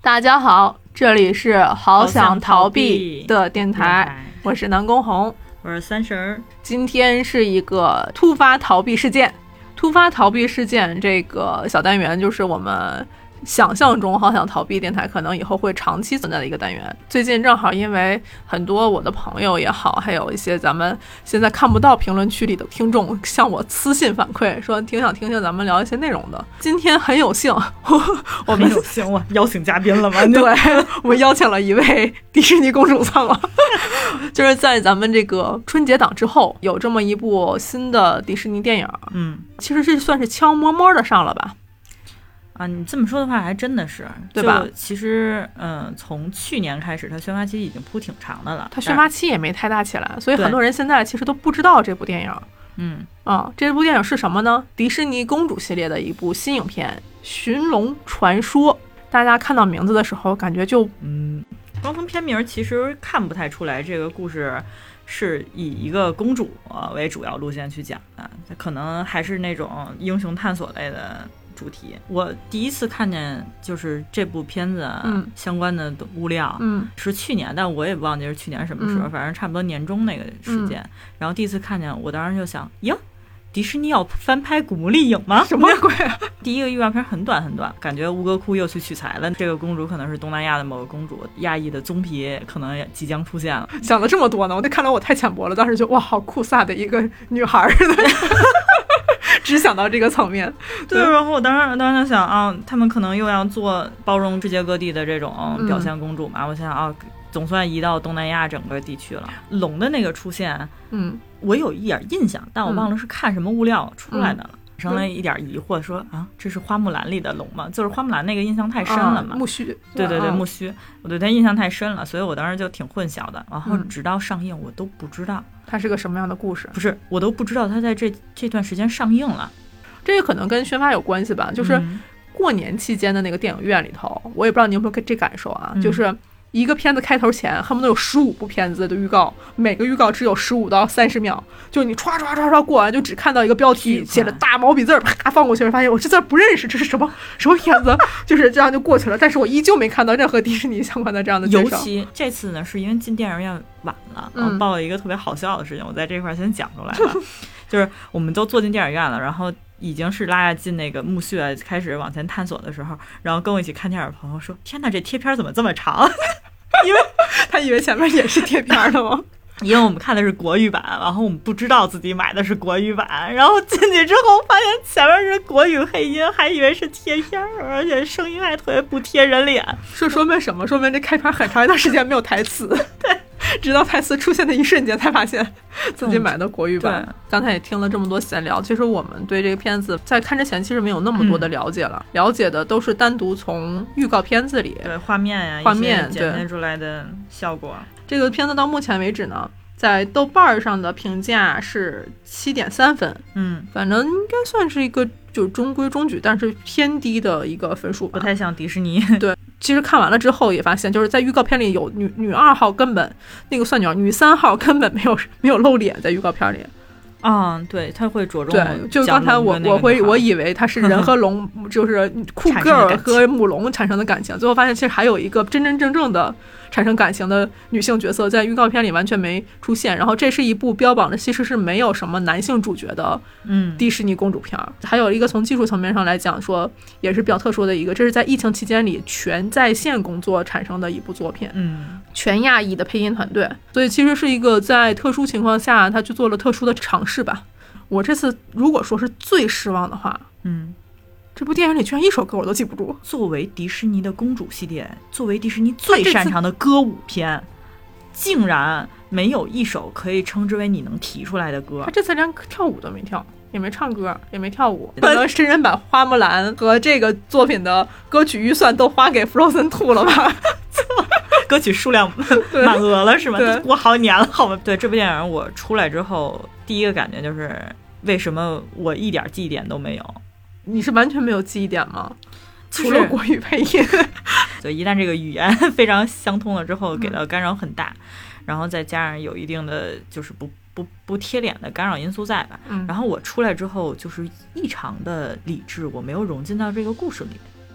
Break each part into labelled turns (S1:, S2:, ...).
S1: 大家好，这里是好想逃避的电
S2: 台，
S1: 台，我是南宫红。
S2: 我是三十儿，
S1: 今天是一个突发逃避事件，突发逃避事件这个小单元就是我们想象中好想逃避电台可能以后会长期存在的一个单元。最近正好因为很多我的朋友也好，还有一些咱们现在看不到评论区里的听众向我私信反馈说挺想听听咱们聊一些内容的。今天很有幸，我我们
S2: 很有幸我邀请嘉宾了吗？
S1: 对，我们邀请了一位迪士尼公主 算吗？就是在咱们这个春节档之后，有这么一部新的迪士尼电影，
S2: 嗯
S1: 其实是算是悄摸摸的上了吧？
S2: 啊，你这么说的话，还真的是，
S1: 对吧
S2: 就其实，嗯、从去年开始，它宣发期已经铺挺长的了。
S1: 它宣发期也没太大起来，所以
S2: 对
S1: 很多人现在其实都不知道这部电影。
S2: 但是，嗯，
S1: 啊、这部电影是什么呢？迪士尼公主系列的一部新影片《寻龙传说》。大家看到名字的时候，感觉就
S2: 嗯，光从片名儿其实看不太出来这个故事是以一个公主呃为主要路线去讲的，它可能还是那种英雄探索类的。主题，我第一次看见就是这部片子
S1: 嗯
S2: 相关的东物料，
S1: 嗯
S2: 是去年，但我也忘记是去年什么时候，
S1: 嗯
S2: 反正差不多年中那个时间。然后第一次看见，我当时就想，呀，迪士尼要翻拍《古墓丽影》吗？
S1: 什么鬼啊？
S2: 第一个预告片很短很短，感觉吴哥窟又去取材了。这个公主可能是东南亚的某个公主，亚裔的棕皮可能也即将出现了。
S1: 想了这么多呢，我就看到我太浅薄了，当时就哇，好酷飒的一个女孩儿， 只想到这个层面。
S2: 对，
S1: 嗯
S2: 然后我当时当时就想啊，他们可能又要做包容世界各地的这种
S1: 嗯
S2: 表现公主嘛。我想啊，总算移到东南亚整个地区了。龙的那个出现，
S1: 嗯，
S2: 我有一点印象，但我忘了是看什么物料出来
S1: 嗯
S2: 的了，产生了一点疑惑，说啊，这是花木兰里的龙吗？就是花木兰那个印象太深了嘛。
S1: 啊、木须，
S2: 对对对，
S1: 啊
S2: 木须，我对他印象太深了，所以我当时就挺混淆的。然后
S1: 嗯
S2: 直到上映，我都不知道，
S1: 它是个什么样的故事？
S2: 不是，我都不知道他在这这段时间上映了。
S1: 这个可能跟宣发有关系吧，就是
S2: 嗯
S1: 过年期间的那个电影院里头，我也不知道你有没有跟这感受啊，
S2: 嗯
S1: 就是。一个片子开头前，恨不得有十五部片子的预告，每个预告只有十五到三十秒，就是你唰唰唰唰过完，就只看到一个标题，
S2: 巨快
S1: 写了大毛笔字儿，啪放过去，发现我这字儿不认识，这是什么 什么片子？就是这样就过去了。但是我依旧没看到任何迪士尼相关的这样的介
S2: 尤
S1: 绍。
S2: 其这次呢，是因为进电影院晚了，
S1: 嗯
S2: 我报了一个特别好笑的事情，我在这块儿先讲出来了，就是我们都坐进电影院了，然后已经是拉着进那个墓穴开始往前探索的时候，然后跟我一起看电影的朋友说：“天哪，这贴片儿怎么这么长？”
S1: 他以为前面也是贴片儿的吗？
S2: 因为我们看的是国语版，然后我们不知道自己买的是国语版，然后进去之后发现前面是国语配音，还以为是贴片儿，而且声音还特别不贴人脸。
S1: 这说明什么？说明这开篇很长一段时间没有台 词，对，直到台词出现的一瞬间才发现自己买的国语版。
S2: 嗯对
S1: 刚才也听了这么多闲聊，其实我们对这个片子在看之前其实没有那么多的
S2: 嗯
S1: 了解了，了解的都是单独从预告片子里。
S2: 对画面呀、
S1: 画面
S2: 一些剪
S1: 对
S2: 切出来的效果，
S1: 这个片子到目前为止呢，在豆瓣儿上的评价是七点三分，
S2: 嗯，
S1: 反正应该算是一个就是中规中矩，但是偏低的一个分数吧
S2: 不。太像迪士 尼。
S1: 其实看完了之后也发现，就是在预告片里有女女二号根本那个算女二，女三号根本没有没有露脸在预告片里。
S2: 啊、对，他会着重
S1: 对，就
S2: 讲
S1: 刚才
S2: 龙
S1: 我
S2: 的那个
S1: 我会
S2: 女孩
S1: 我以为她是人和龙，就是酷
S2: 产生的
S1: girl
S2: 感情
S1: 和母龙产生的感情，最后发现其实还有一个真真正正的产生感情的女性角色在预告片里完全没出现。然后这是一部标榜的其实是没有什么男性主角的
S2: 嗯
S1: 迪士尼公主片儿，还有一个从技术层面上来讲说也是比较特殊的一个，这是在疫情期间里全在线工作产生的一部作品，
S2: 嗯
S1: 全亚裔的配音团队，所以其实是一个在特殊情况下他去做了特殊的尝试吧。我这次如果说是最失望的话，
S2: 嗯，
S1: 这部电影里居然一首歌我都记不住，
S2: 作为迪士尼的公主系列，作为迪士尼最
S1: 这次
S2: 擅长的歌舞片，竟然没有一首可以称之为你能提出来的歌
S1: 他。这次连跳舞都没跳。也没唱歌，也没跳舞。可能真人版花木兰和这个作品的歌曲预算都花给 Frozen Two 了吧？
S2: 歌曲数量
S1: 对
S2: 满额了是吗
S1: 对？
S2: 过好年了好吗？对这部电影我出来之后，第一个感觉就是为什么我一点记忆点都没有？
S1: 你是完全没有记忆点吗？
S2: 就
S1: 除了
S2: 是
S1: 国语配音，
S2: 所以一旦这个语言 非常相通了之后，给
S1: 嗯
S2: 到干扰很大，然后再加上有一定的就是不不不贴脸的干扰因素在吧。
S1: 嗯
S2: 然后我出来之后，就是异常的理智，我没有融进到这个故事里。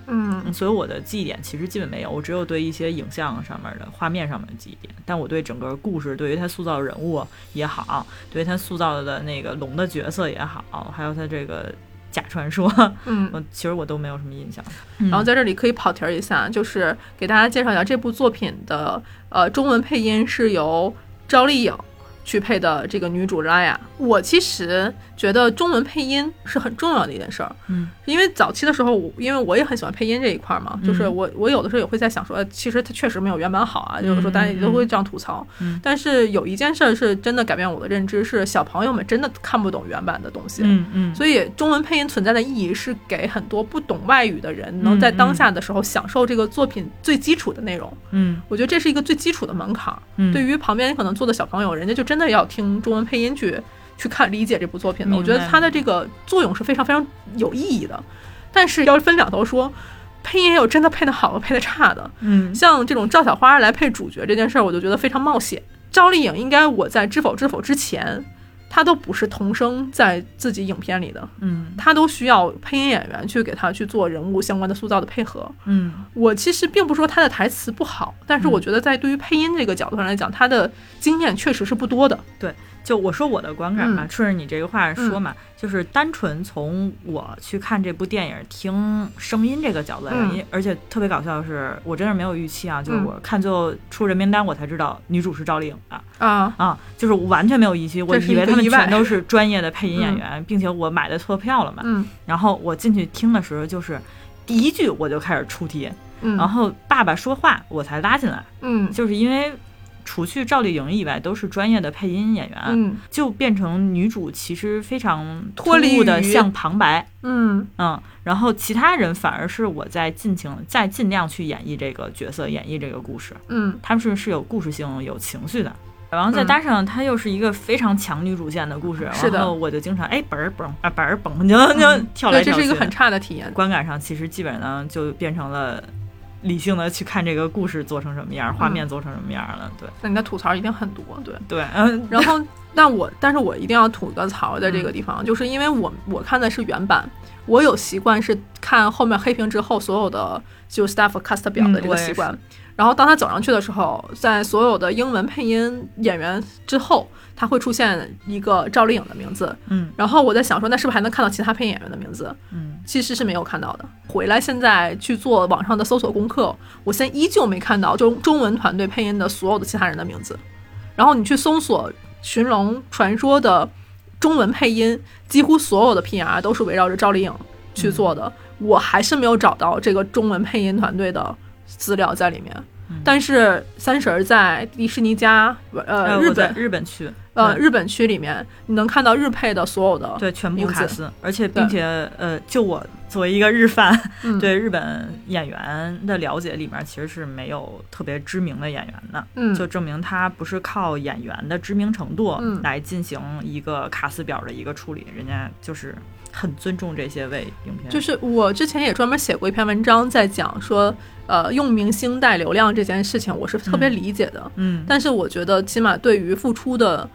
S1: 嗯
S2: 嗯，所以我的记忆点其实基本没有，我只有对一些影像上面的画面上面的记忆点，但我对整个故事，对于他塑造人物也好，对于他塑造的那个龙的角色也好，还有他这个假传说，
S1: 嗯。
S2: 我其实我都没有什么印象。
S1: 然后在这里可以跑题儿一下，就是给大家介绍一下这部作品的呃中文配音是由赵丽颖去配的这个女主拉雅。我其实觉得中文配音是很重要的一件事儿，
S2: 嗯，
S1: 因为早期的时候我，因为我也很喜欢配音这一块儿嘛，就是
S2: 嗯
S1: 我我有的时候也会在想说，呃其实它确实没有原版好啊，有的时候大家也都会这样吐槽。
S2: 嗯
S1: 但是有一件事儿是真的改变我的认知，是小朋友们真的看不懂原版的东西，
S2: 嗯嗯，
S1: 所以中文配音存在的意义是给很多不懂外语的人，
S2: 嗯
S1: 能在当下的时候享受这个作品最基础的内容。
S2: 嗯
S1: 我觉得这是一个最基础的门槛儿。
S2: 嗯，
S1: 对于旁边可能坐的小朋友，人家就真的要听中文配音去去看理解这部作品的。
S2: 明
S1: 我
S2: 白
S1: 觉得它的这个作用是非常非常有意义的。但是要分两头说，配音也有真的配得好和配得差的。
S2: 嗯
S1: 像这种赵小花来配主角这件事儿，我就觉得非常冒险。赵丽颖应该我在《知否知否》之前，她都不是童声在自己影片里的，
S2: 嗯
S1: 她都需要配音演员去给她去做人物相关的塑造的配合。
S2: 嗯
S1: 我其实并不是说她的台词不好，但是我觉得在对于配音这个角度上来讲，她的经验确实是不多的。
S2: 就我说我的观感吧，
S1: 嗯
S2: 顺着你这个话说嘛，就是单纯从我去看这部电影、听声音这个角度来讲，
S1: 嗯
S2: 因、而且特别搞笑的是，我真的没有预期啊，就是
S1: 嗯
S2: 我看最后出人名单，我才知道女主是赵丽颖的
S1: 啊，
S2: 啊，就是我完全没有预期，我
S1: 这是一
S2: 以为
S1: 个
S2: 他们
S1: 意外
S2: 全都是专业的配音演员，并且我买的错票了嘛。
S1: 嗯
S2: 然后我进去听的时候，就是第一句我就开始出题，
S1: 嗯
S2: 然后爸爸说话我才拉进来，
S1: 嗯
S2: 就是因为除去赵丽颖以外都是专业的配音演员。
S1: 嗯
S2: 就变成女主其实非常
S1: 脱离
S2: 突兀的
S1: 于
S2: 像旁白，
S1: 嗯
S2: 嗯，然后其他人反而是我在尽情在尽量去演绎这个角色，演绎这个故事，
S1: 嗯
S2: 他们是是有故事性、有情绪的。然后再
S1: 嗯
S2: 搭上它又是一个非常强女主线的故事，
S1: 是的嗯
S2: 然后我就经常哎本儿蹦啊本儿蹦就就跳来
S1: 对，这
S2: 跳
S1: 是
S2: 去的。
S1: 一个很差的体验。
S2: 观感上，其实基本上就变成了理性的去看这个故事做成什么样，
S1: 嗯
S2: 画面做成什么样了。对
S1: 那你的吐槽一定很多，对。
S2: 对，嗯
S1: 然后，但我但是我一定要吐个槽在这个地方，就是因为我我看的是原版，我有习惯是看后面黑屏之后所有的就 staff cast 表的
S2: 嗯
S1: 这
S2: 我
S1: 个
S2: 也
S1: 习惯。然后当他走上去的时候，在所有的英文配音演员之后，他会出现一个赵丽颖的名字。
S2: 嗯
S1: 然后我在想说，那是不是还能看到其他配音演员的名字？
S2: 嗯
S1: 其实是没有看到的。回来现在去做网上的搜索功课，我现在依旧没看到中中文团队配音的所有的其他人的名字。然后你去搜索《寻龙传说》的中文配音，几乎所有的 PR 都是围绕着赵丽颖去做的。
S2: 嗯
S1: 我还是没有找到这个中文配音团队的资料在里面
S2: 嗯。
S1: 但是三婶儿在迪士尼家，呃，
S2: 呃，
S1: 日
S2: 我在
S1: 本，
S2: 日本去，
S1: 呃，
S2: 对
S1: 日本区里面，你能看到日配的所有的，
S2: 对全部
S1: 名
S2: 卡
S1: 字
S2: 司，而且
S1: 对
S2: 并且呃，就我作为一个日饭，
S1: 嗯，
S2: 对日本演员的了解里面，其实是没有特别知名的演员的。
S1: 嗯，
S2: 就证明他不是靠演员的知名程度
S1: 嗯
S2: 来进行一个卡斯表的一个处理，人家就是很尊重这些位影片，
S1: 就是我之前也专门写过一篇文章，在讲说，呃，用明星带流量这件事情，我是特别理解的。
S2: 嗯，
S1: 但是我觉得，起码对于付出的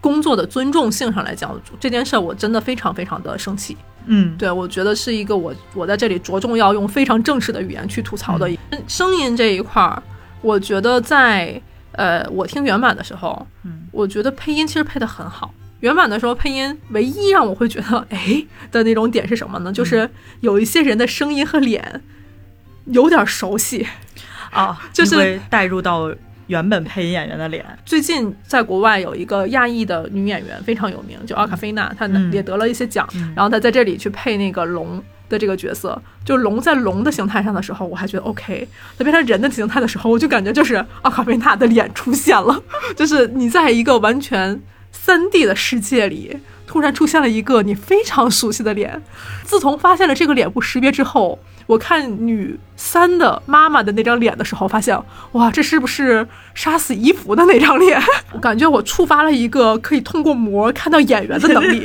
S1: 工作的尊重性上来讲，这件事儿我真的非常非常的生气。
S2: 嗯，
S1: 对我觉得是一个我我在这里着重要用非常正式的语言去吐槽的。嗯、声音这一块儿，我觉得在呃我听原版的时候，
S2: 嗯，
S1: 我觉得配音其实配得很好。原版的时候配音唯一让我会觉得哎的那种点是什么呢？就是有一些人的声音和脸有点熟悉。
S2: 哦，
S1: 就是
S2: 你会带入到原本配音演员的脸，
S1: 最近在国外有一个亚裔的女演员非常有名，就奥卡菲娜，她
S2: 嗯
S1: 也得了一些奖。
S2: 嗯
S1: 然后她在这里去配那个龙的这个角色，就龙在龙的形态上的时候，我还觉得 OK。她变成人的形态的时候，我就感觉就是奥卡菲娜的脸出现了， 就是你在一个完全三 D 的世界里。突然出现了一个你非常熟悉的脸，自从发现了这个脸部识别之后，我看女三的妈妈的那张脸的时候，发现哇，这是不是杀死伊芙的那张脸？ 我感觉我触发了一个可以通过膜看到演员的能力。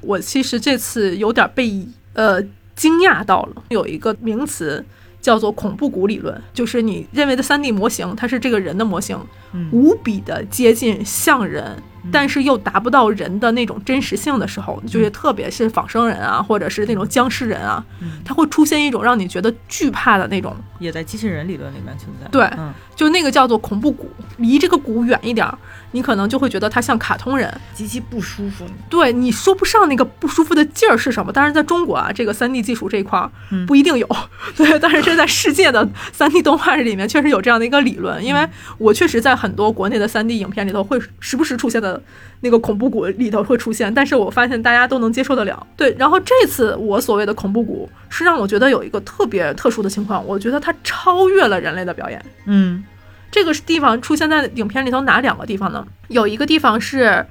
S1: 我其实这次有点被呃惊讶到了，有一个名词。叫做恐怖谷理论，就是你认为的 3D 模型，它是这个人的模型，
S2: 嗯
S1: 无比的接近像人，但是又达不到人的那种真实性的时候，就是特别是仿生人啊，或者是那种僵尸人啊，
S2: 嗯
S1: 它会出现一种让你觉得惧怕的那种，
S2: 也在机器人理论里面存在。
S1: 对
S2: 嗯，
S1: 就那个叫做恐怖谷。离这个谷远一点儿，你可能就会觉得它像卡通人，啊
S2: 极其不舒服。
S1: 对你说不上那个不舒服的劲儿是什么。当然，在中国啊，这个三 D 技术这一块儿
S2: 嗯
S1: 不一定有， 对。但是这在世界的三 D 动画里面确实有这样的一个理论，因为我确实在很多国内的三 D 影片里头会时不时出现的那个恐怖谷里头会出现，但是我发现大家都能接受得了。对，然后这次我所谓的恐怖谷是让我觉得有一个特别特殊的情况，我觉得它超越了人类的表演。
S2: 嗯
S1: 这个地方出现在影片里头哪两个地方呢？有一个地方是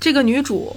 S1: 这个女主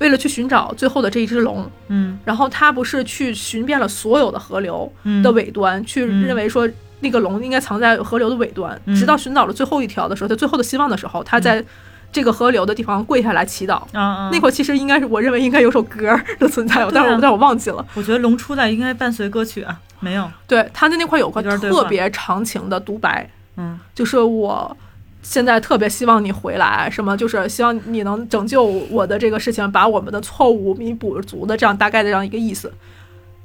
S1: 为了去寻找最后的这一只龙，
S2: 嗯
S1: 然后她不是去寻遍了所有的河流
S2: 嗯
S1: 的尾端，去
S2: 嗯
S1: 认为说那个龙应该藏在河流的尾端，
S2: 嗯
S1: 直到寻找了最后一条的时候，她最后的希望的时候，她在这个河流的地方跪下来祈祷。
S2: 啊啊！
S1: 那会儿其实应该是我认为应该有首歌儿的存在，但是我但我忘记了。
S2: 我觉得龙出来应该伴随歌曲啊，没有。
S1: 对，她在那块有个
S2: 一段对话
S1: 特别长情的独白，
S2: 嗯
S1: 就是我现在特别希望你回来，什么就是希望你能拯救我的这个事情，把我们的错误弥补足的这样大概的这样一个意思。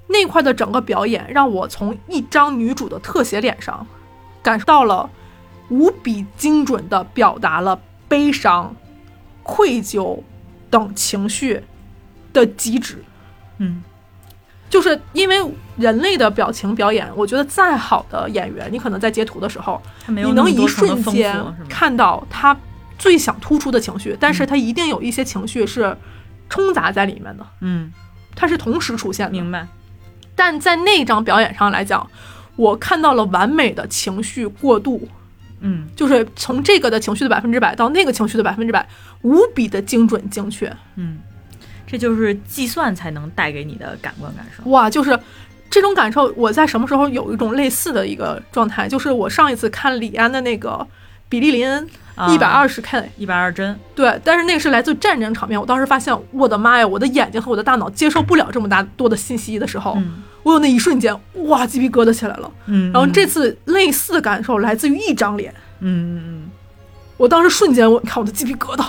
S1: 那块的整个表演让我从一张女主的特写脸上感受到了无比精准的表达了悲伤、愧疚等情绪的极致。
S2: 嗯
S1: 就是因为人类的表情表演，我觉得再好的演员，你可能在截图的时候，
S2: 它没有
S1: 你
S2: 那
S1: 能
S2: 么
S1: 一
S2: 多重的
S1: 瞬
S2: 丰富
S1: 间
S2: 是吗？
S1: 看到他最想突出的情绪，但
S2: 嗯
S1: 是他一定有一些情绪是冲杂在里面的，
S2: 嗯，
S1: 它是同时出现的。
S2: 明白。
S1: 但在那张表演上来讲，我看到了完美的情绪过渡，
S2: 嗯
S1: 就是从这个的情绪的百分之百到那个情绪的百分之百，无比的精准精确。
S2: 嗯，这就是计算才能带给你的感官感受。
S1: 哇，就是这种感受，我在什么时候有一种类似的一个状态？就是我上一次看李安的那个《比利林恩》
S2: 啊
S1: 一百二十 K，、
S2: 一百二帧，
S1: 对，但是那个是来自战争场面。我当时发现，我的妈呀，我的眼睛和我的大脑接受不了这么大多的信息的时候，
S2: 嗯
S1: 我有那一瞬间，哇，鸡皮疙瘩起来了。
S2: 嗯，
S1: 然后这次类似的感受来自于一张脸，
S2: 嗯嗯
S1: 我当时瞬间，我你看我的鸡皮疙 瘩，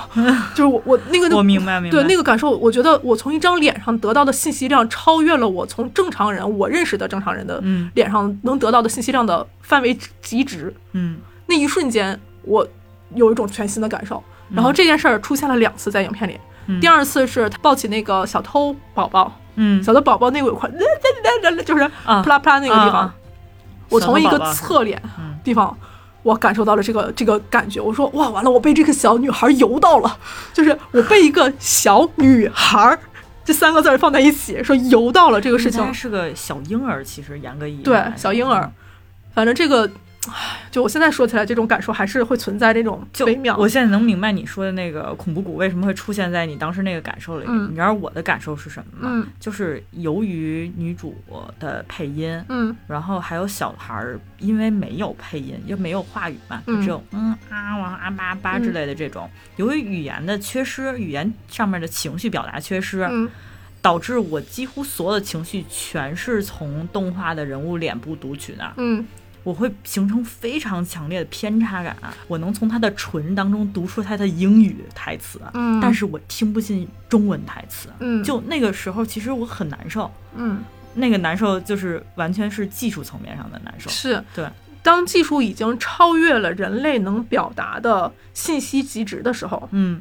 S1: 就是我我那个
S2: 嗯，我明白明白。
S1: 对那个感受，我觉得我从一张脸上得到的信息量超越了我从正常人我认识的正常人的
S2: 嗯
S1: 脸上能得到的信息量的范围极值。
S2: 嗯
S1: 那一瞬间，我有一种全新的感受。然后这件事儿出现了两次在影片里，
S2: 嗯
S1: 第二次是他抱起那个小偷宝宝，
S2: 嗯
S1: 小偷宝宝那个有块，就是啪
S2: 啊
S1: 啦啪啦那个地方
S2: 啊，
S1: 我从一
S2: 小
S1: 个
S2: 偷宝宝
S1: 侧脸
S2: 嗯
S1: 地方。我感受到了这个这个感觉，我说哇完了，我被这个小女孩游到了，就是我被一个小女孩儿这三个字儿放在一起，说游到了这个事情
S2: 他，是个小婴儿，其实严格意义
S1: 对
S2: 上来
S1: 小
S2: 说
S1: 婴儿，反正这个，唉，就我现在说起来，这种感受还是会存在这种
S2: 就
S1: 微妙。
S2: 我现在能明白你说的那个恐怖谷为什么会出现在你当时那个感受里。
S1: 嗯
S2: 你知道我的感受是什么吗？
S1: 嗯
S2: 就是由于女主的配音，
S1: 嗯
S2: 然后还有小孩儿，因为没有配音，又没有话语嘛，
S1: 嗯
S2: 只有嗯啊哇啊吧吧之类的这种。由于语言的缺失，语言上面的情绪表达缺失，
S1: 嗯
S2: 导致我几乎所有的情绪全是从动画的人物脸部读取那儿。
S1: 嗯，
S2: 我会形成非常强烈的偏差感，我能从他的唇当中读出他的英语台词，
S1: 嗯
S2: 但是我听不进中文台词。
S1: 嗯
S2: 就那个时候，其实我很难受，
S1: 嗯
S2: 那个难受就是完全是技术层面上的难受。
S1: 是
S2: 对。
S1: 当技术已经超越了人类能表达的信息极值的时候，
S2: 嗯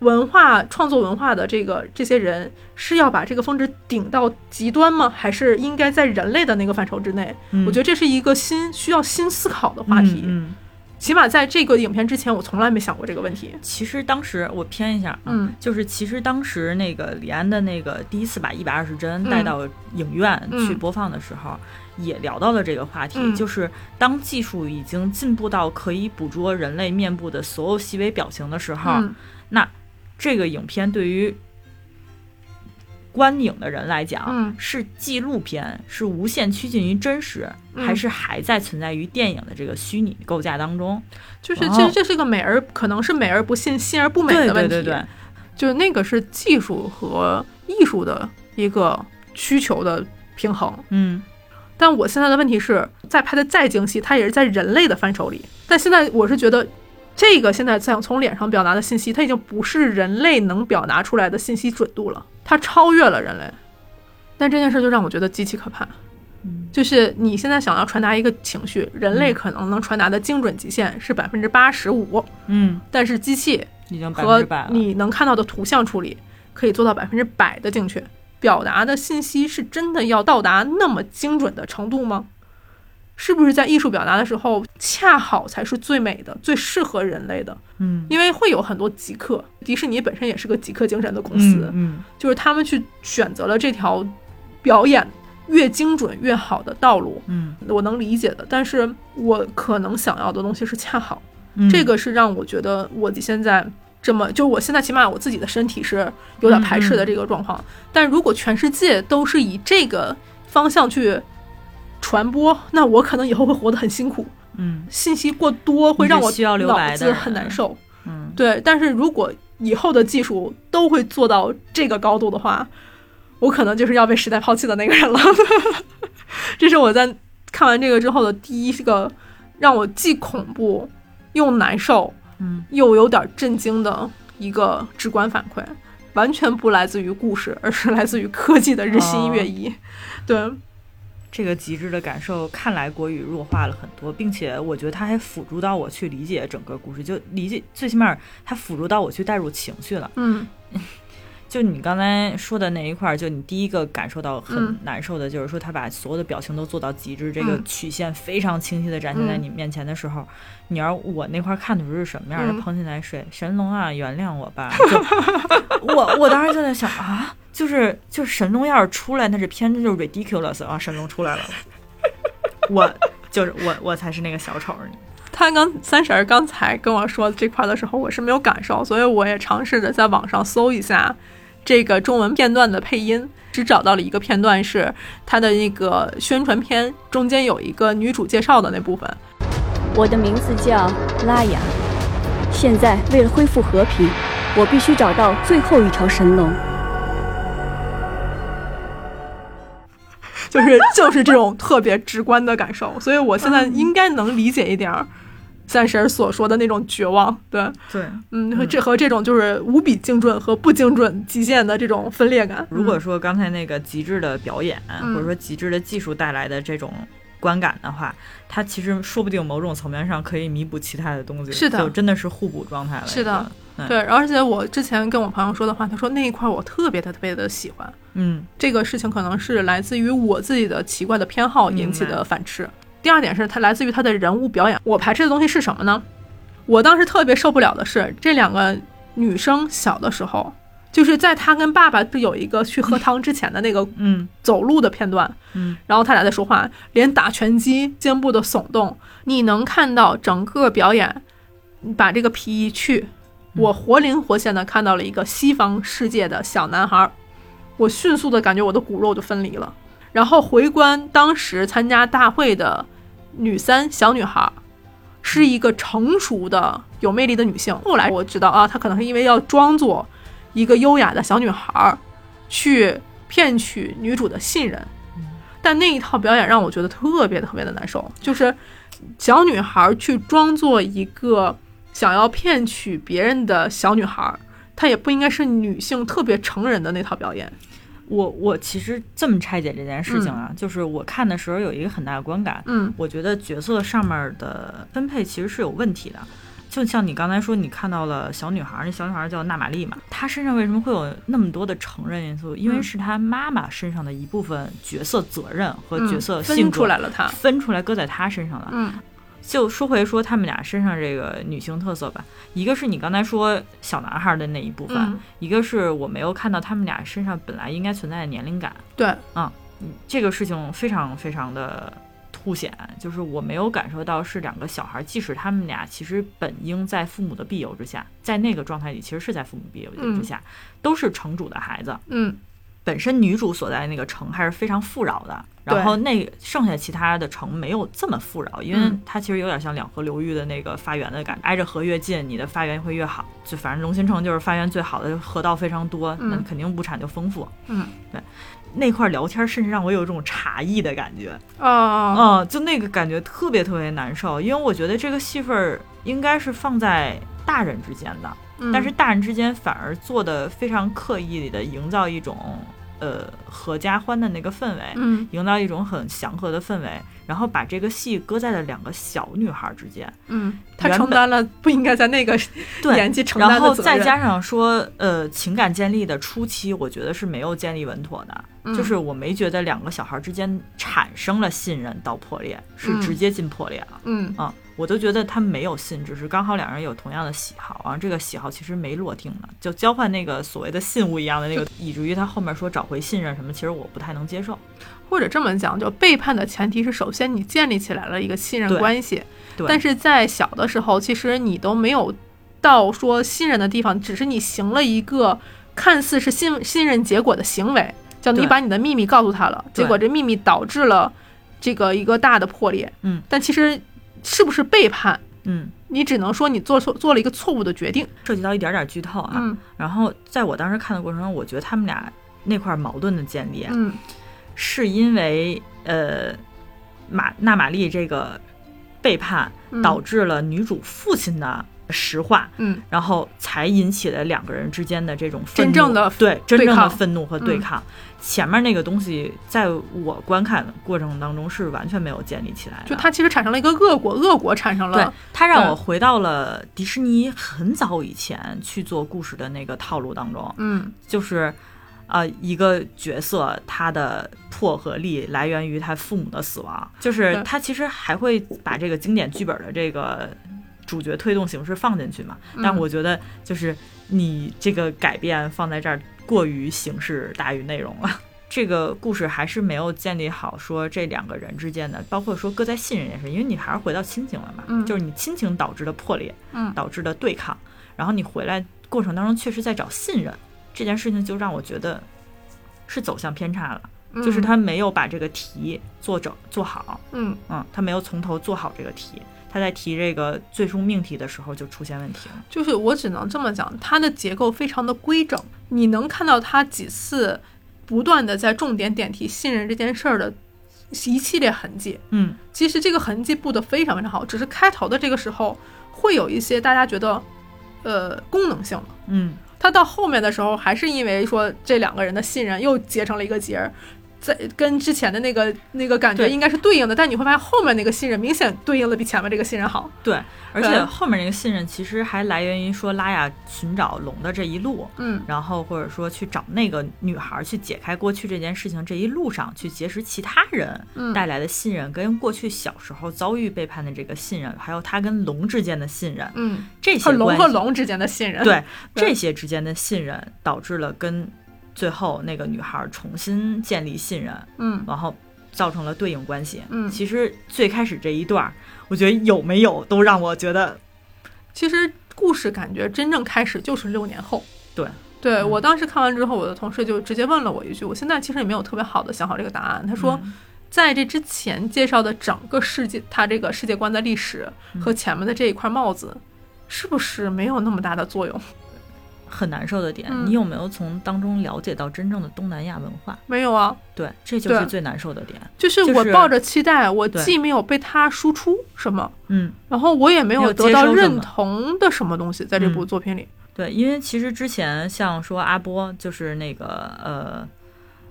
S1: 文化创作文化的这个这些人是要把这个峰值顶到极端吗？还是应该在人类的那个范畴之内？
S2: 嗯
S1: 我觉得这是一个新需要新思考的话题。
S2: 嗯，嗯
S1: 起码在这个影片之前，我从来没想过这个问题。
S2: 其实当时我偏一下，啊
S1: 嗯，
S2: 就是其实当时那个李安的那个第一次把一百二十帧
S1: 嗯
S2: 带到影院
S1: 嗯
S2: 去播放的时候，也聊到了这个话题，
S1: 嗯
S2: 就是当技术已经进步到可以捕捉人类面部的所有细微表情的时候，
S1: 嗯
S2: 那这个影片对于观影的人来讲。
S1: 嗯
S2: 是纪录片，是无限趋近于真实，
S1: 嗯
S2: 还是还在存在于电影的这个虚拟构架当中？
S1: 就是
S2: 哦
S1: 其实这是个美而可能是美而不信，信而不美
S2: 对
S1: 的问
S2: 对
S1: 题。
S2: 对对，
S1: 就是那个是技术和艺术的一个需求的平衡。
S2: 嗯，
S1: 但我现在的问题是，再拍的再精细，它也是在人类的范畴里。但现在我是觉得，这个现在想从脸上表达的信息，它已经不是人类能表达出来的信息准度了，它超越了人类。但这件事就让我觉得极其可怕。
S2: 嗯
S1: 就是你现在想要传达一个情绪，人类可能能传达的精准极限是百分之八十五，
S2: 嗯，
S1: 但是机器
S2: 已经百分
S1: 和
S2: 之百了。
S1: 你能看到的图像处理可以做到百分之百的精确。表达的信息是真的要到达那么精准的程度吗？是不是在艺术表达的时候，恰好才是最美的、最适合人类的？
S2: 嗯，
S1: 因为会有很多极客，迪士尼本身也是个极客精神的公司，
S2: 嗯嗯
S1: 就是他们去选择了这条表演越精准越好的道路，
S2: 嗯
S1: 我能理解的。但是我可能想要的东西是恰好，
S2: 嗯，
S1: 这个是让我觉得我现在这么，就我现在起码我自己的身体是有
S2: 嗯
S1: 点排斥的这个状况。但如果全世界都是以这个方向去传播，那我可能以后会活得很辛苦。
S2: 嗯
S1: 信息过多会让我
S2: 你是需要留白
S1: 脑
S2: 的
S1: 子很难受。
S2: 嗯
S1: 对，但是如果以后的技术都会做到这个高度的话，我可能就是要被时代抛弃的那个人了。 这是我在看完这个之后的第一个让我既恐怖又难受
S2: 嗯
S1: 又有点震惊的一个直观反馈，完全不来自于故事，而是来自于科技的日新月异。对，
S2: 这个极致的感受，看来国语弱化了很多，并且我觉得它还辅助到我去理解整个故事，就理解最起码它辅助到我去带入情绪了。
S1: 嗯
S2: 就你刚才说的那一块儿，就你第一个感受到
S1: 嗯
S2: 很难受的，就是说他把所有的表情都做到极致，这个
S1: 嗯
S2: 曲线非常清晰的展现在你面前的时候，你要我那块儿看的时候是什么样的，
S1: 嗯
S2: 捧起来水，神龙啊，原谅我吧。 就我我当时就在想啊，就是就是神龙要是出来，那这片子就是 ridiculous 啊，神龙出来了，我就是我我才是那个小丑儿，
S1: 他刚三婶儿刚才跟我说这块儿的时候，我是没有感受，所以我也尝试着在网上搜一下这个中文片段的配音，只找到了一个片段是他的那个宣传片中间有一个女主介绍的那部分，
S3: 我的名字叫拉雅。现在为了恢复和平，我必须找到最后一条神龙。
S1: 就是就是这种特别直观的感受，所以我现在应该能理解一点儿三婶儿所说的那种绝望，对，
S2: 对。
S1: 嗯，和这和这种就是无比精准和不精准极限的这种分裂感，
S2: 如果说刚才那个极致的表演，
S1: 嗯
S2: 或者说极致的技术带来的这种观感的话，它其实说不定某种层面上可以弥补其他的东西，
S1: 是的
S2: 就真的是互补状态了。
S1: 是的，
S2: 嗯
S1: 对，而且我之前跟我朋友说的话，他说那一块我特别的特别的喜欢。
S2: 嗯
S1: 这个事情可能是来自于我自己的奇怪的偏好引起
S2: 明
S1: 的
S2: 白
S1: 反斥。第二点是它来自于他的人物表演。我排斥的东西是什么呢？我当时特别受不了的是这两个女生小的时候，就是在她跟爸爸有一个去喝汤之前的那个
S2: 嗯
S1: 走路的片段，
S2: 嗯，
S1: 然后他俩在说话，连打拳击、肩部的耸动，你能看到整个表演，把这个皮一去，我活灵活现的看到了一个西方世界的小男孩，儿，我迅速的感觉我的骨肉就分离了。然后回观当时参加大会的女三小女孩儿，是一个成熟的、有魅力的女性。后来我知道啊，她可能是因为要装作一个优雅的小女孩，儿，去骗取女主的信任。
S2: 嗯
S1: 但那一套表演让我觉得特别特别的难受，就是小女孩儿去装作一个想要骗取别人的小女孩儿，她也不应该是女性特别成人的那套表演。
S2: 我我其实这么拆解这件事情啊，就是我看的时候有一个很大的观感，
S1: 嗯
S2: 我觉得角色上面的分配其实是有问题的。就像你刚才说，你看到了小女孩儿，那小女孩儿叫纳玛丽嘛，她身上为什么会有那么多的成人因素？因为
S1: 嗯
S2: 是她妈妈身上的一部分角色责任和
S1: 嗯
S2: 呃角色
S1: 分
S2: 性格啊
S1: 出来了她，
S2: 分出来搁在她身上了。
S1: 嗯
S2: 就说回说他们俩身上这个女性特色吧，一个是你刚才说小男孩儿的那一部分，
S1: 嗯，
S2: 一个是我没有看到他们俩身上本来应该存在的年龄感。
S1: 对，
S2: 这个事情非常非常的凸显，就是我没有感受到是两个小孩，即使他们俩其实本应在父母的庇佑之下，在那个状态里其实是在父母庇佑之下，都是城主的孩子，
S1: 嗯
S2: 本身女主所在的那个城还是非常富饶的，
S1: 对
S2: 然后那剩下其他的城没有这么富饶，因为
S1: 嗯
S2: 它其实有点像两河流域的那个发源的感觉，挨着河越近，你的发源会越好。就反正龙兴城就是发源最好的，河道非常多，
S1: 嗯
S2: 那肯定物产就丰富。
S1: 嗯，
S2: 对。那块聊天甚至让我有一种茶艺的感觉，
S1: 啊、
S2: 嗯，就那个感觉特别特别难受，因为我觉得这个戏份儿应该是放在大人之间的，
S1: 嗯
S2: 但是大人之间反而做的非常刻意的营造一种呃合家欢的那个氛围，
S1: 嗯
S2: 营造一种很祥和的氛围，然后把这个戏搁在了两个小女孩之间，
S1: 嗯，他
S2: 原
S1: 承担了不应该在那个
S2: 对。
S1: 年纪承
S2: 然
S1: 担
S2: 后
S1: 的责
S2: 再
S1: 任，
S2: 加上说，呃，情感建立的初期，我觉得是没有建立稳妥的，
S1: 嗯
S2: 就是我没觉得两个小孩之间产生了信任到破裂，是
S1: 嗯
S2: 直接进破裂了。
S1: 嗯
S2: 啊，我都觉得他没有信，只是刚好两人有同样的喜好啊，这个喜好其实没落定呢，就交换那个所谓的信物一样的那个，以至于他后面说找回信任什么，其实我不太能接受。
S1: 或者这么讲，就背叛的前提是首先你建立起来了一个信任
S2: 对
S1: 关系，
S2: 对
S1: 但是在小的时候，其实你都没有到说信任的地方，只是你行了一个看似是信信任结果的行为，叫你
S2: 对
S1: 把你的秘密告诉他了，
S2: 对
S1: 结果这秘密导致了这个一个大的破裂。
S2: 嗯，
S1: 但其实是不是背叛，
S2: 嗯，
S1: 你只能说你做错做了一个错误的决定。
S2: 涉及到一点点剧透啊。
S1: 嗯
S2: 然后在我当时看的过程中，我觉得他们俩那块矛盾的建立，啊
S1: 嗯
S2: 是因为呃马纳玛丽这个背叛
S1: 嗯
S2: 导致了女主父亲的石化，
S1: 嗯
S2: 然后才引起了两个人之间的这种愤
S1: 真
S2: 怒
S1: 正的
S2: 对真正的
S1: 抗嗯
S2: 愤怒和对抗。前面那个东西，在我观看的过程当中是完全没有建立起来的。
S1: 就它其实产生了一个恶果，恶果产生
S2: 对
S1: 了，
S2: 它让
S1: 对
S2: 我回到了迪士尼很早以前去做故事的那个套路当中，
S1: 嗯
S2: 就是。呃，一个角色他的破和力来源于他父母的死亡，就是
S1: 对
S2: 他其实还会把这个经典剧本的这个主角推动形式放进去嘛。但
S1: 嗯
S2: 我觉得就是你这个改变放在这儿过于形式大于内容了。 这个故事还是没有建立好，说这两个人之间的，包括说搁在信任这件事，因为你还是回到亲情了嘛，
S1: 嗯
S2: 就是你亲情导致的破裂，
S1: 嗯
S2: 导致的对抗，然后你回来过程当中确实在找信任这件事情，就让我觉得是走向偏差了，就是
S1: 嗯
S2: 他没有把这个题做整做好，
S1: 嗯
S2: 嗯，他没有从头做好这个题，他在提这个最终命题的时候就出现问题了，
S1: 就是我只能这么讲，它的结构非常的规整，你能看到它几次不断的在重点点题信任这件事儿的一系列痕迹。
S2: 嗯。
S1: 其实这个痕迹布的非常非常好，只是开头的这个时候会有一些大家觉得，呃，功能性了。
S2: 嗯
S1: 它到后面的时候，还是因为说这两个人的信任又结成了一个结儿，在跟之前的那个那个感觉
S2: 对
S1: 应该是对应的，但你会发现后面那个信任明显对应的比前面这个信任好。，
S2: 对，而且
S1: 对
S2: 后面那个信任其实还来源于说拉雅寻找龙的这一路，
S1: 嗯
S2: 然后或者说去找那个女孩儿去解开过去这件事情这一路上去结识其他人
S1: 嗯
S2: 带来的信任，跟过去小时候遭遇背叛的这个信任，还有他跟龙之间的信任，
S1: 嗯，
S2: 这
S1: 和
S2: 些
S1: 龙
S2: 关
S1: 和
S2: 系
S1: 龙之间的信任。
S2: 对
S1: 对
S2: 这些之间的信任，导致了跟最后那个女孩儿重新建立信任，
S1: 嗯，
S2: 然后造成了对应关系。
S1: 嗯
S2: 其实最开始这一段儿，我觉得有没有都让我觉得
S1: 其实故事感觉真正开始就是六年后。
S2: 对，
S1: 对、
S2: 嗯
S1: 我当时看完之后，我的同事就直接问了我一句，我现在其实也没有特别好的想好这个答案。他说，
S2: 嗯
S1: 在这之前介绍的整个世界，它这个世界观的历史和前面的这一块帽子，是不是没有那么大的作用？
S2: 很难受的点，
S1: 嗯
S2: 你有没有从当中了解到真正的东南亚文化？
S1: 没有啊，
S2: 对，这就是
S1: 对
S2: 最难受的点。
S1: 就是
S2: 就是
S1: 我抱着期待，我
S2: 对
S1: 既没有被它输出什么，
S2: 嗯，
S1: 然后我也没
S2: 没
S1: 有
S2: 有
S1: 得
S2: 接
S1: 到
S2: 收什
S1: 认
S2: 么
S1: 同的什么东西，在这部
S2: 嗯
S1: 作品里。
S2: 对，因为其实之前像说阿波，就是那个呃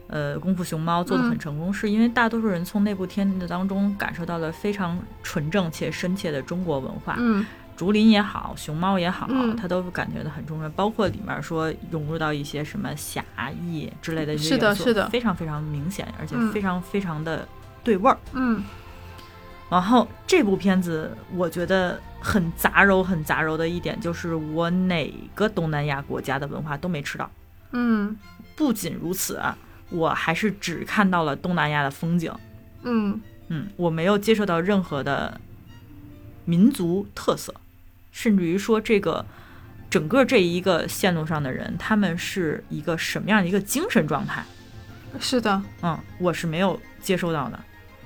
S2: 呃功夫熊猫做的很
S1: 嗯
S2: 成功，是因为大多数人从那部片子当中感受到了非常纯正且深切的中国文化。
S1: 嗯
S2: 竹林也好，熊猫也好，
S1: 嗯
S2: 它都感觉的很重要，包括里面说融入到一些什么侠义之类的这些
S1: 是的
S2: 元素
S1: 是的
S2: 非常非常明显，而且
S1: 嗯
S2: 非常非常的对味儿。
S1: 嗯
S2: 然后这部片子我觉得很杂糅、很杂糅的一点就是，我哪个东南亚国家的文化都没吃到。
S1: 嗯
S2: 不仅如此啊，我还是只看到了东南亚的风景，
S1: 嗯
S2: 嗯，我没有接受到任何的民族特色，甚至于说这个整个这一个线路上的人，他们是一个什么样的一个精神状态，
S1: 是的，
S2: 嗯，我是没有接收到的。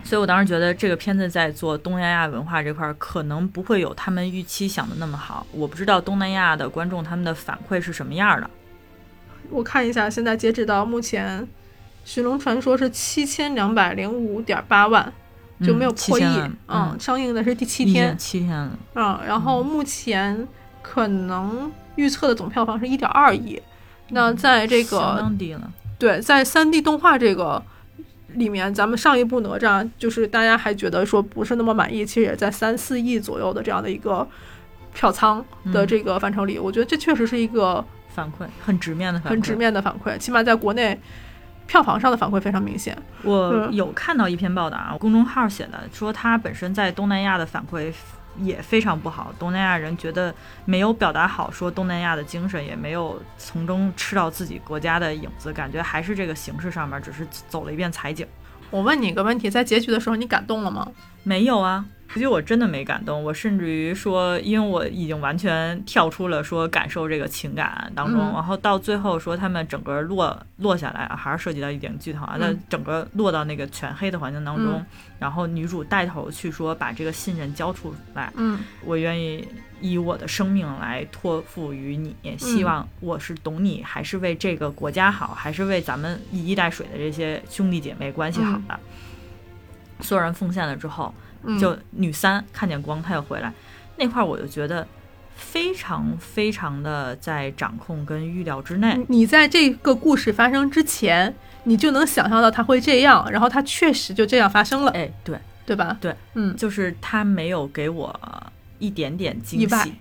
S2: 所以我当时觉得这个片子在做东南亚文化这块儿，可能不会有他们预期想的那么好。我不知道东南亚的观众他们的反馈是什么样的。
S1: 我看一下，现在截止到目前，《寻龙传说》是七千两百零五点八万，
S2: 嗯
S1: 就没有破亿。
S2: 7000万嗯
S1: 上映的是第七
S2: 已经
S1: 天。
S2: 七天了，
S1: 嗯，然后目前可能预测的总票房是一点二亿。那
S2: 嗯
S1: 在这
S2: 相
S1: 个
S2: 当低了。
S1: 对，在三 D 动画这个里面，咱们上一部哪吒就是大家还觉得说不是那么满意，其实也在三四亿左右的这样的一个票仓的
S2: 嗯
S1: 这个范畴里，我觉得这确实是一个
S2: 反馈很直面的反馈，
S1: 很直。面的反馈，起码在国内票房上的反馈非常明显。
S2: 我
S1: 嗯
S2: 有看到一篇报道啊，公众号写的，说他本身在东南亚的反馈也非常不好，东南亚人觉得没有表达好说东南亚的精神，也没有从中吃到自己国家的影子，感觉还是这个形式上面只是走了一遍踩景。
S1: 我问你一个问题，在结局的时候你感动了吗？
S2: 没有啊，其实我真的没感动，我甚至于说，因为我已经完全跳出了说感受这个情感当中，
S1: 嗯
S2: 然后到最后说他们整个落落下来啊，还是涉及到一点剧透啊，
S1: 嗯
S2: 那、整个落到那个全黑的环境当中，
S1: 嗯
S2: 然后女主带头去说把这个信任交出来，
S1: 嗯
S2: 我愿意以我的生命来托付于你，
S1: 嗯
S2: 希望我是懂你，还是为这个国家好，还是为咱们以一代水的这些兄弟姐妹关系好的。所有人奉献了之后，
S1: 嗯，
S2: 就女三看见光，她又回来，那块儿我就觉得非常非常的在掌控跟预料之内
S1: 你。你在这个故事发生之前，你就能想象到它会这样，然后它确实就这样发生了，
S2: 哎，对，
S1: 对吧？
S2: 对，
S1: 嗯
S2: 就是她没有给我一点点
S1: 意
S2: 惊
S1: 外
S2: 喜，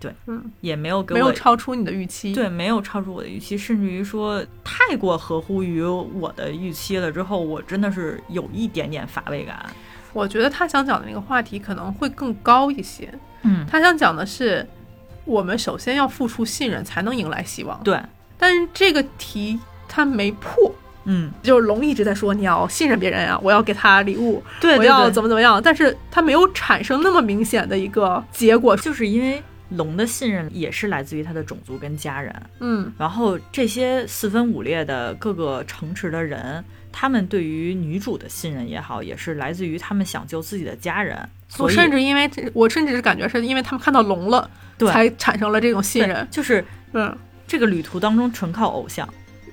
S2: 对，
S1: 嗯，
S2: 也没有给
S1: 没有
S2: 我
S1: 超出你的预期。，
S2: 对，没有超出我的预期，甚至于说太过合乎于我的预期了。之后我真的是有一点点乏味感。
S1: 我觉得他想讲的那个话题可能会更高一些。
S2: 嗯，
S1: 他想讲的是，我们首先要付出信任，才能迎来希望。，
S2: 对，
S1: 但是这个题他没破。
S2: 嗯，
S1: 就是龙一直在说你要信任别人啊，我要给他礼物，
S2: 对
S1: 我
S2: 对
S1: 要
S2: 对，
S1: 怎么怎么样，但是他没有产生那么明显的一个结果。
S2: 就是因为龙的信任也是来自于他的种族跟家人，
S1: 嗯
S2: 然后这些四分五裂的各个城池的人，他们对于女主的信任也好，也是来自于他们想救自己的家人。所
S1: 我哦
S2: 以
S1: 甚至因为这我甚至是感觉是因为他们看到龙了，
S2: 对
S1: 才产生了这种信
S2: 对
S1: 任。
S2: 就是
S1: 嗯，
S2: 这个旅途当中纯靠偶像，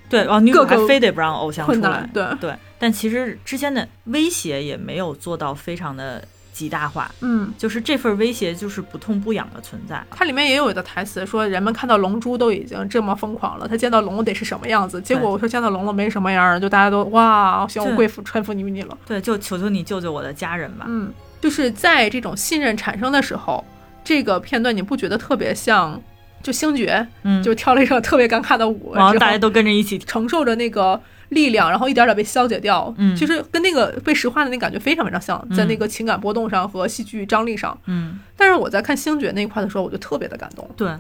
S2: 对，然后女主
S1: 各
S2: 还
S1: 个
S2: 非得不让偶像
S1: 困
S2: 出来
S1: 难，。对，
S2: 对，但其实之间的威胁也没有做到非常的极大化，
S1: 嗯，
S2: 就是这份威胁就是不痛不痒的存在。
S1: 它里面也有一个台词说，人们看到龙珠都已经这么疯狂了，他见到龙得是什么样子？结果
S2: 对
S1: 我说见到龙了没什么样儿，就大家都哇，行，我
S2: 对
S1: 贵服臣服于你了。
S2: 对，就求求你救救我的家人吧。
S1: 嗯，就是在这种信任产生的时候，这个片段你不觉得特别像就星爵
S2: 嗯，
S1: 就跳了一首特别尴尬的舞，
S2: 然后
S1: 之
S2: 大家都跟着一起，
S1: 承受着那个力量，然后一点点被消解掉。
S2: 嗯
S1: 其实跟那个被石化的那感觉非常非常像，
S2: 嗯
S1: 在那个情感波动上和戏剧张力上。
S2: 嗯，
S1: 但是我在看星爵那一块的时候，我就特别的感动。
S2: 对，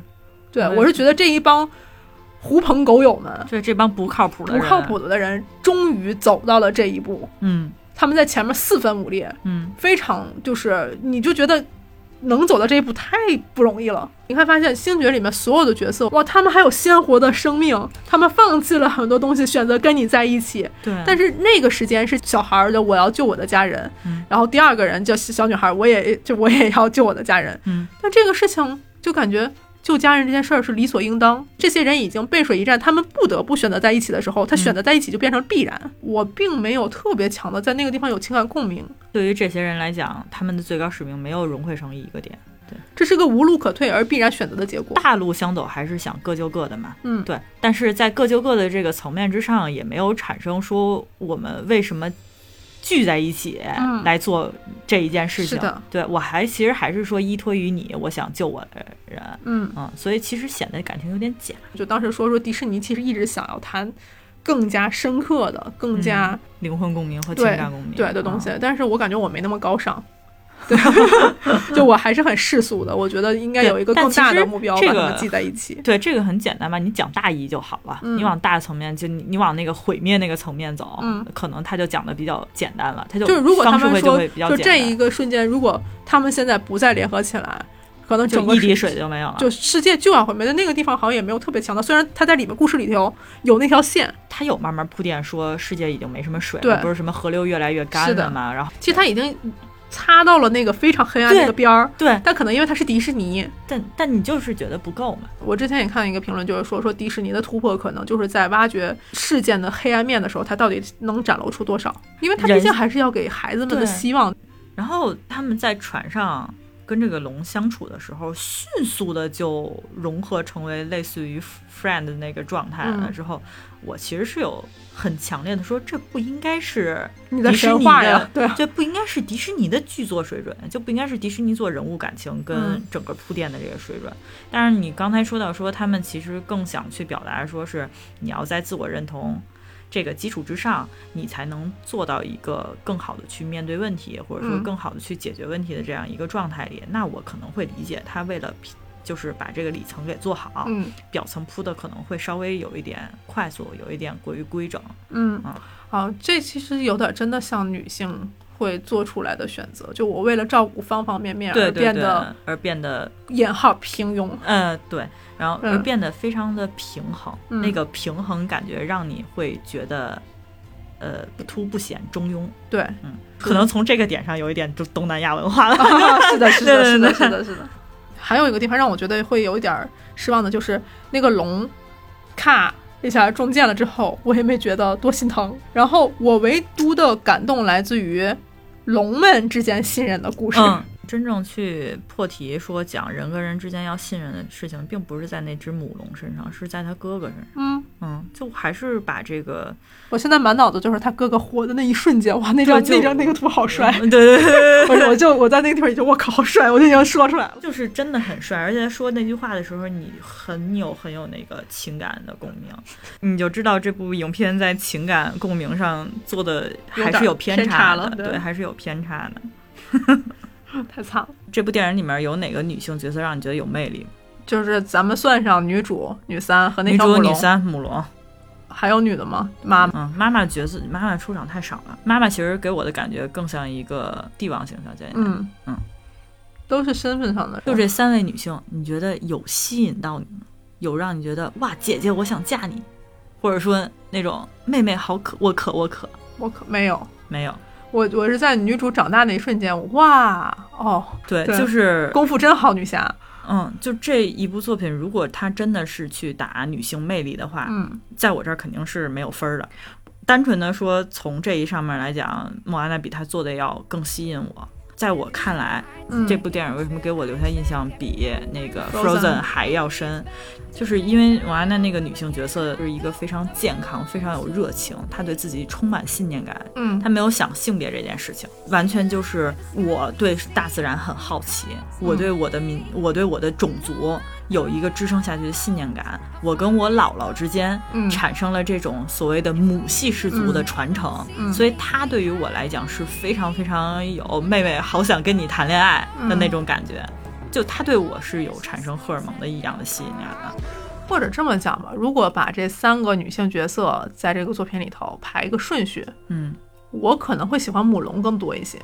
S1: 对
S2: 嗯
S1: 我是觉得这一帮狐朋狗友们，
S2: 这这帮不靠谱的
S1: 不
S2: 人，
S1: 靠谱的人，终于走到了这一步。
S2: 嗯
S1: 他们在前面四分五裂，
S2: 嗯，
S1: 非常就是你就觉得能走到这一步太不容易了。你会发现《星爵》里面所有的角色，哇，他们还有鲜活的生命，他们放弃了很多东西，选择跟你在一起。
S2: 对。
S1: 但是那个时间是小孩儿的，我要救我的家人，
S2: 嗯
S1: 然后第二个人叫小女孩，我也就我也要救我的家人。
S2: 嗯，
S1: 但这个事情就感觉。救家人这件事儿是理所应当，这些人已经背水一战，他们不得不选择在一起的时
S2: 嗯
S1: 候，他选择在一起就变成必然。我并没有特别强的在那个地方有情感共鸣，
S2: 对于这些人来讲，他们的最高使命没有融汇成一个点。
S1: 这是个无路可退而必然选择的结果。
S2: 大路相走，还是想各就各的嘛。
S1: 嗯
S2: 对。但是在各就各的这个层面之上，也没有产生说我们为什么聚在一起
S1: 嗯
S2: 来做这一件事
S1: 是
S2: 情。
S1: 的，
S2: 对我还其实还是说依托于你，我想救我的人。
S1: 嗯，
S2: 嗯，所以其实显得感情有点假。
S1: 就当时说说迪士尼其实一直想要谈更加深刻的、更加
S2: 灵魂共鸣和情
S1: 对
S2: 感共鸣，
S1: 对的东西
S2: 嗯，
S1: 但是我感觉我没那么高 尚。对， 就我还是很世俗的，我觉得应该有一个更
S2: 对但其
S1: 大的
S2: 实
S1: 目标
S2: 这
S1: 把它
S2: 个
S1: 们记在一起。
S2: 对，这个很简单吧？你讲大意就好了。
S1: 嗯
S2: 你往大层面，就你你往那个毁灭那个层面走，
S1: 嗯
S2: 可能他就讲的比较简单了。他就
S1: 就是如果他
S2: 方式
S1: 们
S2: 会就
S1: 说
S2: 会比较
S1: 就
S2: 简单。
S1: 这一个瞬间，如果他们现在不再联合起来，可能整
S2: 就
S1: 个
S2: 一
S1: 世
S2: 滴水就没有了。
S1: 就世界就要毁灭，但那个地方好像也没有特别强调。虽然它在里面故事里头有那条线，
S2: 它有慢慢铺垫说世界已经没什么水
S1: 对
S2: 了，不是什么河流越来越
S1: 是
S2: 干
S1: 的
S2: 了嘛，然后
S1: 其实它已经擦到了那个非常黑暗的那个边儿，
S2: 对，
S1: 但可能因为它是迪士尼，
S2: 但但你就是觉得不够嘛。
S1: 我之前也看一个评论，就是说说迪士尼的突破可能就是在挖掘事件的黑暗面的时候，它到底能展露出多少？因为它毕
S2: 人
S1: 竟还是要给孩子们的
S2: 对
S1: 希望。
S2: 然后他们在船上跟这个龙相处的时候，迅速的就融合成为类似于 friend 的那个状态了。
S1: 嗯
S2: 之后，我其实是有很强烈的说，这不应该是
S1: 你的
S2: 迪士
S1: 神
S2: 尼
S1: 话呀
S2: 的，，
S1: 对啊，
S2: 这不应该是迪士尼的剧作水准，就不应该是迪士尼做人物感情跟
S1: 嗯
S2: 整个铺垫的这个水准。但是你刚才说到说，他们其实更想去表达，说是你要在自我认同。这个基础之上，你才能做到一个更好的去面对问题，或者说
S1: 嗯
S2: 更好的去解决问题的这样一个状态里。那我可能会理解他为了就是把这个里层给做好，
S1: 嗯
S2: 表层铺的可能会稍微有一点快速，有一点过于规整。
S1: 嗯
S2: 啊，
S1: 好，这其实有点真的像女性会做出来的选择，就我为了照顾方方面面而
S2: 对对
S1: 变
S2: 对
S1: 得，
S2: 而变得
S1: 引号平庸。
S2: 呃，对，然后而
S1: 嗯
S2: 变得非常的平衡，
S1: 嗯
S2: 那个平衡感觉让你会觉得，呃，不凸不显，中庸，
S1: 对，
S2: 嗯，可能从这个点上有一点东东南亚文化了，
S1: 是的，是的，
S2: 对对
S1: 是的，
S2: 对
S1: 是的，是的。还有一个地方让我觉得会有一点儿失望的，就是那个龙，咔一下中箭了之后，我也没觉得多心疼。然后我唯独的感动来自于龙们之间信任的故事。
S2: 嗯。真正去破题说讲人跟人之间要信任的事情，并不是在那只母龙身上，是在他哥哥身上。
S1: 嗯
S2: 嗯，就还是把这个
S1: 我现在满脑子就是他哥哥活的那一瞬间，哇，那张
S2: 对就
S1: 那张那个图好帅！
S2: 对对对对
S1: 我我就我在那个地方已经我靠好帅，我就已经说出来了。
S2: 就是真的很帅，而且说那句话的时候，你很有很有那个情感的共鸣，你就知道这部影片在情感共鸣上做的还是有偏差的，
S1: 有点偏差了对
S2: 对，还是有偏差的。
S1: 太惨了。
S2: 这部电影里面有哪个女性角色让你觉得有魅力？
S1: 就是咱们算上女主、女三和那
S2: 女
S1: 条
S2: 主、
S1: 母
S2: 女
S1: 龙，
S2: 三、母龙。
S1: 还有女的吗？妈妈。
S2: 嗯，妈妈角色，妈妈出场太少了。妈妈其实给我的感觉更像一个帝王型小姐姐。，
S1: 嗯
S2: 嗯，
S1: 都是身份上的。
S2: 就这三位女性，你觉得有吸引到你吗？有让你觉得哇，姐姐，我想嫁你，或者说那种妹妹好渴，我渴，我渴。
S1: 我可没有，
S2: 没有，
S1: 我我是在女主长大那一瞬间，我哇哦，
S2: 对，
S1: 对
S2: 就是，
S1: 功夫真好，女侠，
S2: 嗯，就这一部作品，如果它真的是去打女性魅力的话，
S1: 嗯，
S2: 在我这儿肯定是没有分儿的。单纯的说，从这一上面来讲，莫安娜比她做的要更吸引我。在我看来，
S1: 嗯
S2: 这部电影为什么给我留下印象比那个
S1: Frozen
S2: Frozen 还要深，就是因为王安娜那个女性角色是一个非常健康、非常有热情，她对自己充满信念感，
S1: 嗯
S2: 他没有想性别这件事情，完全就是我对大自然很好奇，
S1: 嗯
S2: 我对我的民，我对我的种族有一个支撑下去的信念感。我跟我姥姥之间
S1: 嗯
S2: 产生了这种所谓的母系氏族的传承，
S1: 嗯
S2: 所以他对于我来讲是非常非常有妹妹好想跟你谈恋爱的那种感觉。
S1: 嗯
S2: 就他对我是有产生荷尔蒙的一样的吸引感的，
S1: 或者这么讲吧，如果把这三个女性角色在这个作品里头排一个顺序，
S2: 嗯，
S1: 我可能会喜欢母龙更多一些，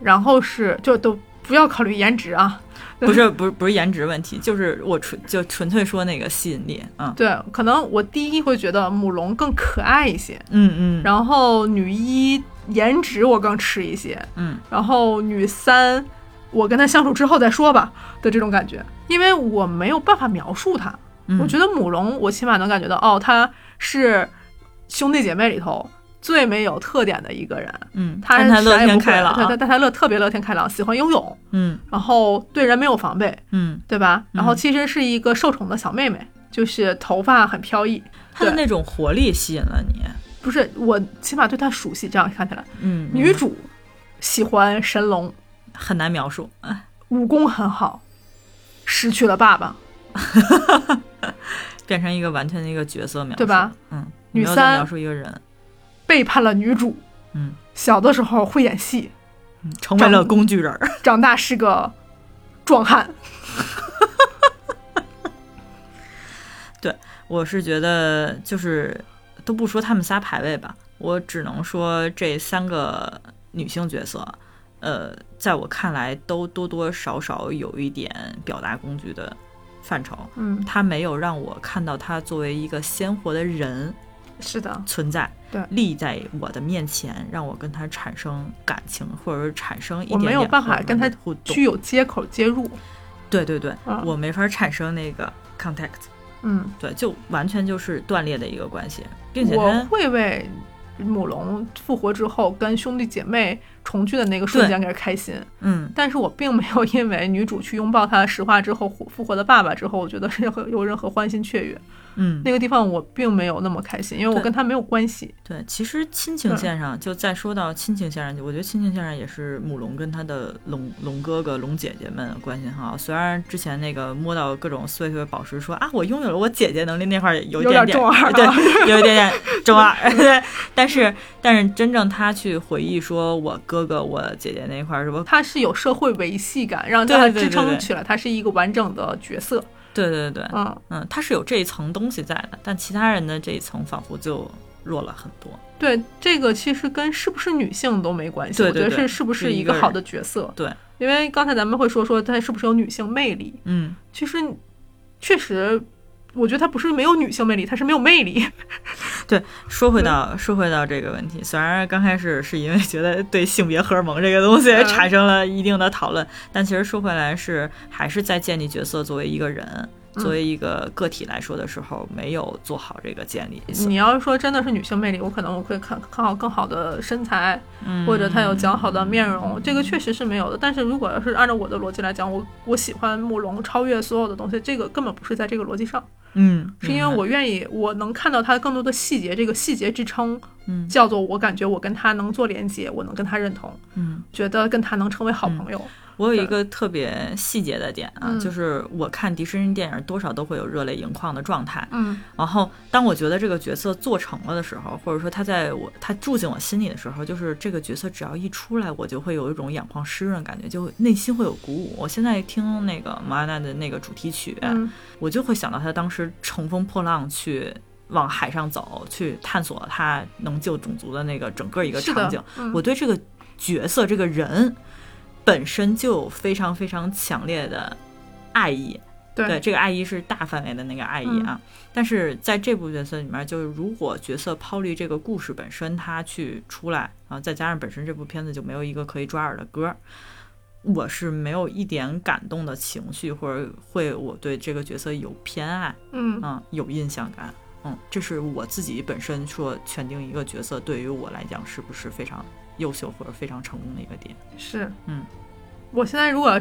S1: 然后是就都不要考虑颜值啊，
S2: 不是不是不是颜值问题，就是我纯就纯粹说那个吸引力，嗯
S1: 对，可能我第一会觉得母龙更可爱一些，
S2: 嗯嗯
S1: 然后女一颜值我更吃一些，
S2: 嗯，
S1: 然后女三，我跟她相处之后再说吧的这种感觉，因为我没有办法描述她。
S2: 嗯
S1: 我觉得母龙，我起码能感觉到，哦，她是兄弟姐妹里头最没有特点的一个人。
S2: 嗯，
S1: 她
S2: 但他乐
S1: 啥也不
S2: 天
S1: 会
S2: 开朗，
S1: 对，但但她乐特别乐天开朗，喜欢游泳，
S2: 嗯
S1: 然后对人没有防备，
S2: 嗯，
S1: 对吧？然后
S2: 嗯
S1: 其实是一个受宠的小妹妹，就是头发很飘逸。
S2: 他的
S1: 对
S2: 那种活力吸引了你，
S1: 不是我起码对她熟悉，这样看起来，
S2: 嗯，
S1: 女
S2: 嗯
S1: 主喜欢神龙，
S2: 很难描述，哎
S1: 武功很好，失去了爸爸。
S2: 变成一个完全的一个角色描述，
S1: 对吧？
S2: 嗯，
S1: 女
S2: 没有
S1: 三
S2: 在描述一个人，
S1: 背叛了女主。
S2: 嗯，
S1: 小的时候会演戏，
S2: 嗯成为
S1: 长
S2: 了工具人儿，
S1: 长大是个壮汉。
S2: 我是觉得就是都不说他们仨排位吧，我只能说这三个女性角色，呃，在我看来都多多少少有一点表达工具的范畴。
S1: 嗯，
S2: 它没有让我看到他作为一个鲜活的人
S1: 是的，
S2: 存在，
S1: 对
S2: 立在我的面前，让我跟他产生感情，或者是产生一
S1: 我
S2: 点
S1: 没有
S2: 点
S1: 办法
S2: 和
S1: 跟
S2: 的
S1: 他
S2: 互动。
S1: 具有接口接入，
S2: 对对对，
S1: 嗯
S2: 我没法产生那个 contact。
S1: 嗯，
S2: 对，就完全就是断裂的一个关系，并且
S1: 我
S2: 他
S1: 会为母龙复活之后跟兄弟姐妹重聚的那个瞬间开始开心，
S2: 嗯，
S1: 但是我并没有因为女主去拥抱她的石化之后复复活的爸爸之后，我觉得任何有任何欢欣雀跃，
S2: 嗯，
S1: 那个地方我并没有那么开心，因为我
S2: 对
S1: 跟他没有关系。
S2: 对，其实亲情
S1: 对
S2: 线上，就再说到亲情线上，我觉得亲情线上也是母龙跟他的龙龙哥哥、龙姐姐们关系很好。虽然之前那个摸到各种碎碎的宝石说，啊，我拥有了我姐姐能力那块儿有一
S1: 有
S2: 点
S1: 点中二啊
S2: 对，有一点点中二， 对。但是，但是真正他去回忆说我哥哥、我姐姐那块儿，什么
S1: 他是有社会维系感，让
S2: 对
S1: 他
S2: 对对
S1: 支撑
S2: 对
S1: 起来，他是一个完整的角色。
S2: 对对对，
S1: 嗯，
S2: 嗯，他是有这一层东西在的，但其他人的这一层仿佛就弱了很多。
S1: 对，这个其实跟是不是女性都没关系，
S2: 对对
S1: 我觉得
S2: 对
S1: 是是不
S2: 是
S1: 是
S2: 一
S1: 一个
S2: 个
S1: 好的角色。
S2: 对，
S1: 因为刚才咱们会说说她是不是有女性魅力，
S2: 嗯，
S1: 其实确实，我觉得她不是没有女性魅力，她是没有魅力。
S2: 说回到说回到这个问题，虽然刚开始是因为觉得对性别荷尔蒙这个东西
S1: 嗯
S2: 产生了一定的讨论，但其实说回来是还是在建立角色作为一个人。
S1: 嗯
S2: 作为一个个体来说的时候，没有做好这个建立，
S1: 你要是说真的是女性魅力，我可能我会看看好更好的身材，
S2: 嗯
S1: 或者她有较好的面容，这个确实是没有的。但是如果要是按照我的逻辑来讲，我我喜欢慕容超越所有的东西，这个根本不是在这个逻辑上，
S2: 嗯，
S1: 是因为我愿意，我能看到她更多的细节，这个细节支撑
S2: 嗯
S1: 叫做我感觉我跟她能做连接，我能跟她认同，
S2: 嗯，
S1: 觉得跟她能成为好朋友。
S2: 我有一个特别细节的点啊，
S1: 嗯
S2: 就是我看迪士尼电影多少都会有热泪盈眶的状态，
S1: 嗯
S2: 然后，当我觉得这个角色做成了的时候，或者说他在我他住进我心里的时候，就是这个角色只要一出来，我就会有一种眼眶湿润的感觉，就内心会有鼓舞。我现在听那个马安娜的那个主题曲，
S1: 嗯
S2: 我就会想到他当时乘风破浪去往海上走，去探索他能救种族的那个整个一个
S1: 是的
S2: 场景。
S1: 嗯
S2: 我对这个角色这个人本身就有非常非常强烈的爱意。
S1: 对嗯
S2: 这个爱意是大范围的那个爱意啊。但是在这部角色里面，就是如果角色抛离这个故事本身，他去出来啊，再加上本身这部片子就没有一个可以抓耳的歌儿，我是没有一点感动的情绪，或者会我对这个角色有偏爱
S1: 嗯
S2: 啊，有印象感。嗯，这是我自己本身说选定一个角色对于我来讲是不是非常优秀或者非常成功的一 个点。
S1: 是，
S2: 嗯，
S1: 我现在如果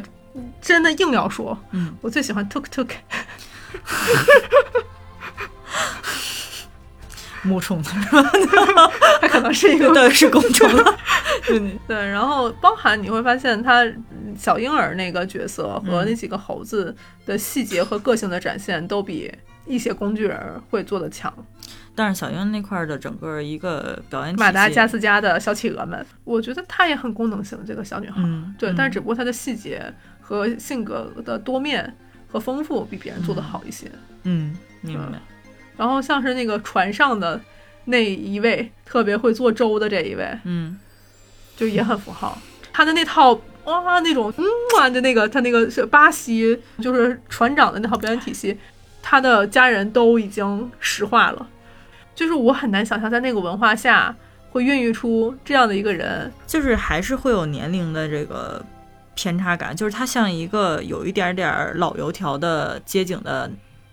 S1: 真的硬要说，
S2: 嗯，
S1: 我最喜欢 Tuk Tuk，
S2: 木虫的
S1: 它可能 是一个
S2: 对是公虫了，嗯
S1: 对，然后包含你会发现他嗯小婴儿那个角色和
S2: 嗯
S1: 那几个猴子的细节和个性的展现都比。一些工具人会做的强，
S2: 但是小樱那块儿的整个一个表嗯演体系，
S1: 马达加斯加的小企鹅们，我觉得她也很功能性。这个小女孩，
S2: 嗯，
S1: 对，
S2: 嗯
S1: 但是只不过她的细节和性格的多面和丰富比别人做的好一些。
S2: 嗯，明白。
S1: 然后像是那个船上的那一位，特别会做粥的这一位，
S2: 嗯，
S1: 就也很符 号。他的那套哇那种嗯啊的那个，他那个是巴西就是船长的那套表演体系，他的家人都已经石化了，就是我很难想象在那个文化下会孕育出这样的一个人。
S2: 就是还是会有年龄的这个偏差感，就是他像一个有一点点儿老油条的街景的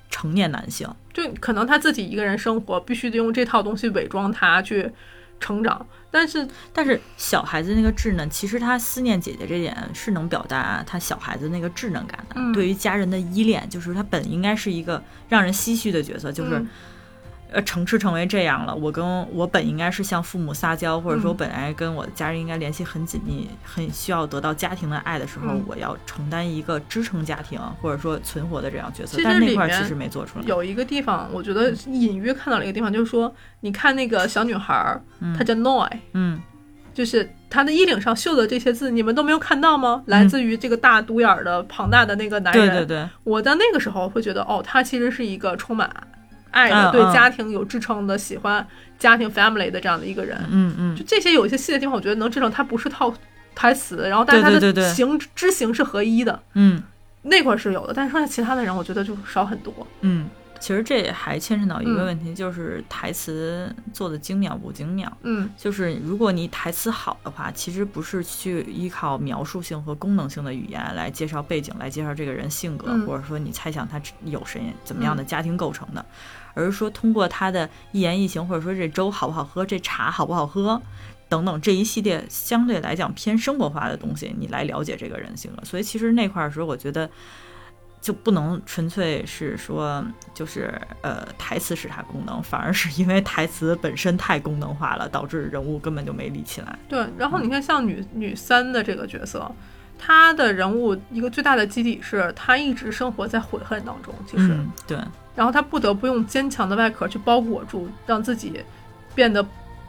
S2: 成年男性。
S1: 就可能他自己一个人生活，必须得用这套东西伪装他去成长，但是
S2: 但是小孩子那个稚嫩，其实他思念姐姐这点是能表达他小孩子那个稚嫩感的。
S1: 嗯
S2: 对于家人的依恋，就是他本应该是一个让人唏嘘的角色，就是、
S1: 嗯
S2: 呃，成吃成为这样了，我跟我本应该是向父母撒娇，或者说
S1: 嗯
S2: 本来跟我的家人应该联系很紧密，很需要得到家庭的爱的时候，
S1: 嗯
S2: 我要承担一个支撑家庭或者说存活的这样角色
S1: 其，实
S2: 但那块儿
S1: 里面
S2: 其实没做出来。
S1: 有一个地方，我觉得隐约看到了一个地方，就是说，你看那个小女孩儿，她叫 Noi，、
S2: 嗯，
S1: 就是她的衣领上绣的这些字，你们都没有看到吗？来自于这个大独眼儿的庞大的那个男人。
S2: 嗯对对对，
S1: 我在那个时候会觉得，哦，她其实是一个充满爱的、
S2: 嗯
S1: 对
S2: 嗯
S1: 家庭有支撑的、喜欢家庭 family 的这样的一个人。
S2: 嗯嗯
S1: 就这些有一些细的地方，我觉得能支撑她不是套台词，然后但是它
S2: 对
S1: 的
S2: 对对对
S1: 形知行是合一的，
S2: 嗯
S1: 那块儿是有的，但是剩下其他的人，我觉得就少很多。
S2: 嗯。其实这也还牵扯到一个
S1: 嗯
S2: 问题，就是台词做的精妙不精妙。
S1: 嗯
S2: 就是如果你台词好的话，其实不是去依靠描述性和功能性的语言来介绍背景，来介绍这个人性格，
S1: 嗯
S2: 或者说你猜想他有谁怎么样的家庭构成的，而是说通过他的一言一行，或者说这粥好不好喝，这茶好不好喝。等等，这一系列相对来讲偏生活化的东西，你来了解这个人性格。所以其实那块儿的时候，我觉得就不能纯粹是说就是呃台词使它功能，反而是因为台词本身太功能化了，导致人物根本就没立起来。
S1: 对，然
S2: 嗯
S1: 后你看像女女三的这个角色，她的人物一个最大的基底是她一直生活在悔恨当中，其实，
S2: 嗯，对，
S1: 然后她不得不用坚强的外壳去包裹住，让自己变得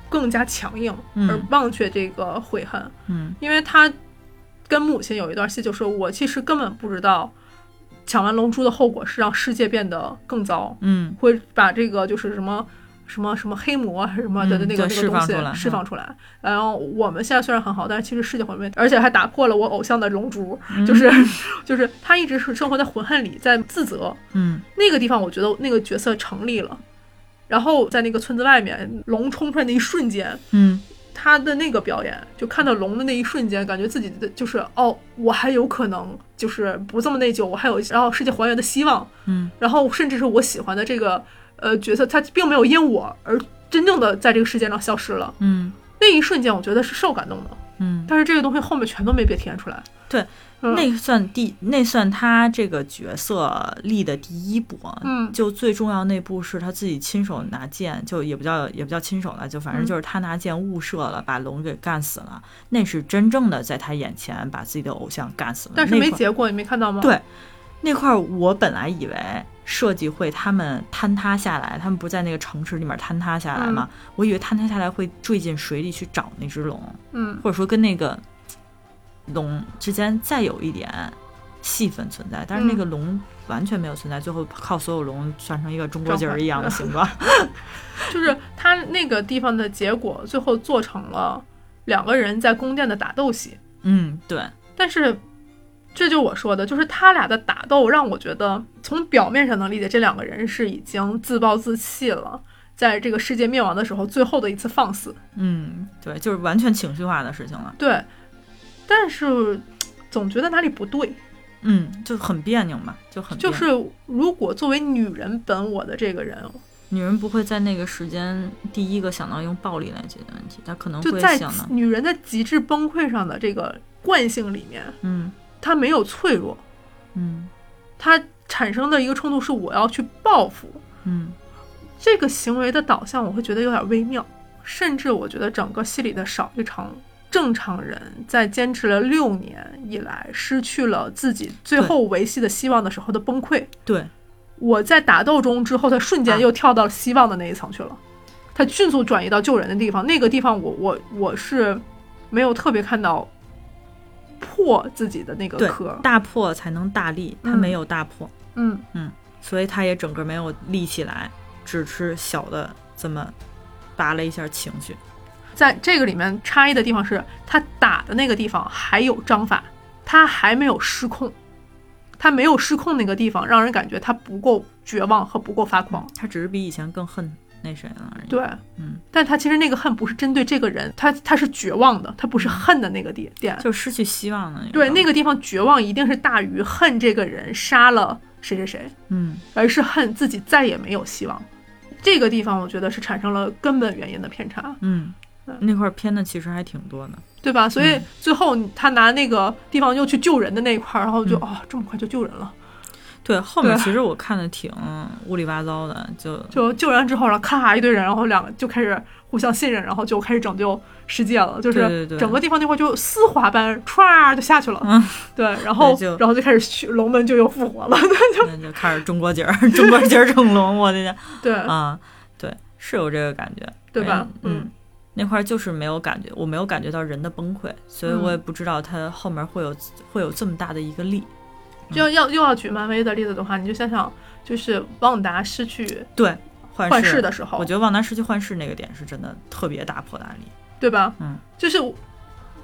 S1: 更加强硬，
S2: 嗯
S1: 而忘却这个悔恨，
S2: 嗯
S1: 因为她跟母亲有一段戏，就说我其实根本不知道抢完龙珠的后果是让世界变得更糟，
S2: 嗯
S1: 会把这个就是什么什么什么黑魔啊还是什么的那
S2: 嗯
S1: 个、那
S2: 对
S1: 个东
S2: 释放出来嗯
S1: 西释放出来。然后我们现在虽然很好，但是其实世界毁灭，而且还打破了我偶像的龙珠，
S2: 嗯
S1: 就是就是他一直是生活在悔恨里，在自责
S2: 嗯
S1: 那个地方，我觉得那个角色成立了。然后在那个村子外面，龙冲出来那一瞬间，
S2: 嗯
S1: 他的那个表演，就看到龙的那一瞬间，感觉自己的就是哦，我还有可能，就是不这么内疚，我还有然后世界还原的希望。
S2: 嗯
S1: 然后甚至是我喜欢的这个呃角色，他并没有因我而真正的在这个世界上消失了。
S2: 嗯
S1: 那一瞬间，我觉得是受感动的，
S2: 嗯，
S1: 但是这个东西后面全都没被体现出来。
S2: 对，
S1: 嗯、
S2: 那算第那算他这个角色立的第一波。
S1: 嗯
S2: 就最重要那步是他自己亲手拿剑，就也不叫也不叫亲手了，就反
S1: 嗯
S2: 正就是他拿剑误射了，把龙给干死了。那是真正的在他眼前把自己的偶像干死了。
S1: 但是
S2: 那
S1: 没
S2: 块
S1: 结果，你没看到吗？
S2: 对那块儿我本来以为设计会他们坍塌下来，他们不是在那个城池里面坍塌下来
S1: 嗯
S2: 吗？我以为坍塌下来会坠进水里去找那只龙，
S1: 嗯
S2: 或者说跟那个龙之间再有一点戏份存在，但是
S1: 嗯
S2: 那个龙完全没有存在，最后靠所有龙算成一个中国结儿一样的形状。
S1: 就是他那个地方的结果，最后做成了两个人在宫殿的打斗戏，
S2: 嗯，对，
S1: 但是。这就我说的，就是他俩的打斗让我觉得，从表面上能理解这两个人是已经自暴自弃了，在这个世界灭亡的时候最后的一次放肆。
S2: 嗯，对，就是完全情绪化的事情了。
S1: 对，但是总觉得哪里不对。
S2: 嗯，就很别扭嘛，就很别
S1: 就
S2: 扭
S1: 是如果作为女人本我的这个人，
S2: 女人不会在那个时间第一个想到用暴力来解决问题，她可能
S1: 就
S2: 会
S1: 在
S2: 想到，
S1: 女人的极致崩溃上的这个惯性里面，
S2: 嗯
S1: 她没有脆弱，
S2: 嗯
S1: 她产生的一个冲突是我要去报复。
S2: 嗯
S1: 这个行为的导向，我会觉得有点微妙，甚至我觉得整个戏里的少一成。正常人在坚持了六年以来，失去了自己最
S2: 对
S1: 后维系的希望的时候的崩溃，，
S2: 对，
S1: 我在打斗中之后，他瞬间
S2: 啊
S1: 又跳到了希望的那一层去了，他迅速转移到救人的地方。那个地方我，我我是没有特别看到破自己的那个
S2: 对
S1: 壳，
S2: 大破才能大立，她
S1: 嗯
S2: 没有大破，
S1: 嗯，
S2: 所以她也整个没有立起来，只是小的这么拔了一下情绪。
S1: 在这个里面差异的地方是，他打的那个地方还有章法，他还没有失控，他没有失控那个地方，让人感觉他不够绝望和不够发狂。
S2: 她只是比以前更恨那谁了而已。，
S1: 对，
S2: 嗯，
S1: 但他其实那个恨不是针对这个人，他他是绝望的，他不是恨的那个点点，
S2: 就嗯失去希望了。
S1: 对，那
S2: 个，
S1: 个地方绝望一定是大于恨这个人杀了谁谁谁，
S2: 嗯
S1: 而是恨自己再也没有希望。这个地方我觉得是产生了根本原因的偏差，
S2: 嗯
S1: 嗯，
S2: 那块儿偏的其实还挺多的。
S1: 对吧？所以
S2: 嗯
S1: 最后他拿那个地方又去救人的那一块儿，然后就
S2: 嗯
S1: 哦，这么快就救人了，
S2: 对，后面
S1: 对
S2: 其实我看的挺乌里八糟的，就
S1: 就救人之后，然后咔一堆人，然后两个就开始互相信任，然后就开始拯救世界了，就
S2: 对对
S1: 是
S2: 对
S1: 整个地方那块就丝滑般唰就下去了，
S2: 嗯
S1: 对，然后
S2: 对就
S1: 然后就开始去龙门就又复活 了，
S2: 那就开始中国结儿， 中国结儿成龙，我的天！
S1: 对、
S2: 啊，对，是有这个感觉，
S1: 嗯对吧？
S2: 嗯，那块儿就是没有感觉，我没有感觉到人的崩溃，所
S1: 嗯
S2: 以我也不知道他后面会有会有这么大的一个力。
S1: 就要要又要举漫威的例子的话，你就想想，就是旺达失去
S2: 对，幻
S1: 幻视
S2: 视
S1: 的时候
S2: 我，觉得旺达失去幻视那个点是真的特别大破大力。
S1: 对吧？
S2: 嗯，
S1: 就是我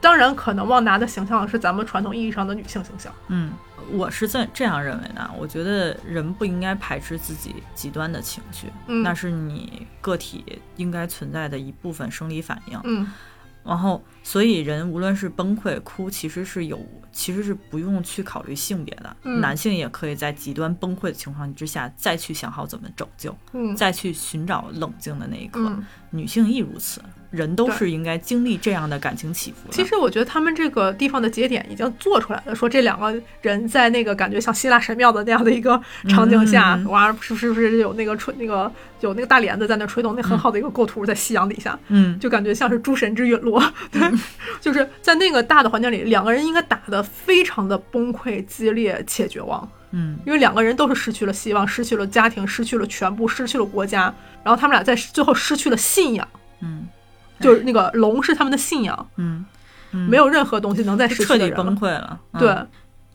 S1: 当然，可能旺达的形象是咱们传统意义上的女性形象。
S2: 嗯，我是这这样认为的。啊我觉得人不应该排斥自己极端的情绪，
S1: 嗯
S2: 那是你个体应该存在的一部分生理反应。
S1: 嗯
S2: 然后，所以人无论是崩溃、哭，其实是有，其实是不用去考虑性别的。
S1: 嗯
S2: 男性也可以在极端崩溃的情况之下，再去想好怎么拯救，
S1: 嗯
S2: 再去寻找冷静的那一刻。
S1: 嗯，
S2: 女性亦如此，人都
S1: 对
S2: 是应该经历这样的感情起伏的。
S1: 其实我觉得他们这个地方的节点已经做出来了，说这两个人在那个感觉像希腊神庙的那样的一个场景下，
S2: 嗯
S1: 哇，是不是是不是有那个吹那个有那个大帘子在那吹动，那很好的一个构图在夕阳底下，
S2: 嗯，
S1: 就感觉像是诸神之陨落。 对，就是在那个大的环境里，两个人应该打得非常的崩溃、激烈且绝望。
S2: 嗯
S1: 因为两个人都是失去了希望，失去了家庭，失去了全部，失去了国家，然后他们俩在最后失去了信仰，
S2: 嗯
S1: 就是那个龙是他们的信仰，
S2: 嗯嗯，
S1: 没有任何东西能再失去
S2: 彻
S1: 的人
S2: 底崩
S1: 了。
S2: 溃了。嗯
S1: 对，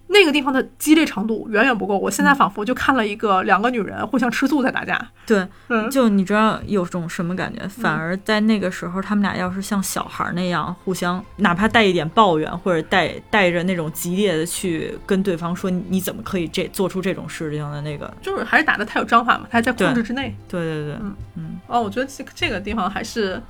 S1: 那个地方的激烈程度远远不够。我现在仿佛就看了一个两个女人互相吃醋在打架。
S2: 对，
S1: 嗯，
S2: 就你知道有种什么感觉？反而在那个时候，他们俩要是像小孩儿那样互相，哪怕带一点抱怨，或者带带着那种激烈的去跟对方说你你怎么可以这做出这种事情的那个，
S1: 就是还是打得太有章法嘛，他在控制之内。
S2: 对对对，
S1: 嗯
S2: 嗯
S1: 哦，我觉得这个这个地方还是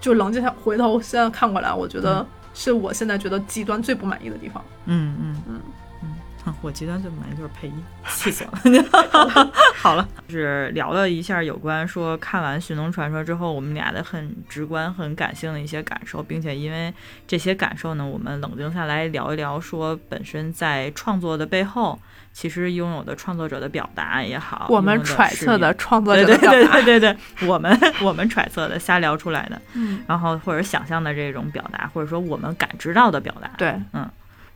S1: 就冷静下，回头现在看过来，我觉得是我现在觉得极端最不满意的地方。
S2: 嗯嗯
S1: 嗯
S2: 嗯哼我极端最不满意就是配音，气死了。好了，就是聊了一下有关说看完《寻龙传说》之后，我们俩的很直观、很感性的一些感受，并且因为这些感受呢，我们冷静下来聊一聊，说本身在创作的背后，其实拥有的创作者的表达也好，
S1: 我们
S2: 拥有
S1: 揣
S2: 视
S1: 测
S2: 野
S1: 的创作
S2: 对
S1: 者
S2: 对
S1: 的表达，
S2: 对对对对，我们我们揣测的、瞎聊出来的，
S1: 嗯，
S2: 然后或者想象的这种表达，或者说我们感知到的表达，
S1: 对，
S2: 嗯。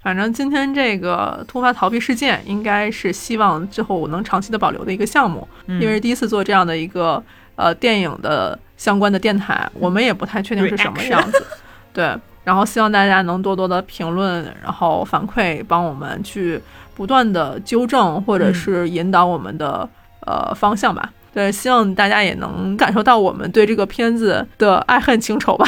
S1: 反正今天这个突发逃避事件，应该是希望之后我能长期的保留的一个项目，
S2: 嗯，
S1: 因为是第一次做这样的一个呃电影的相关的电台，
S2: 嗯
S1: 我们也不太确定是什么
S2: Reaction
S1: 样子。对，然后希望大家能多多的评论，然后反馈，帮我们去不断的纠正或者
S2: 嗯
S1: 是引导我们的、呃方向吧。对，希望大家也能感受到我们对这个片子的爱恨情仇吧。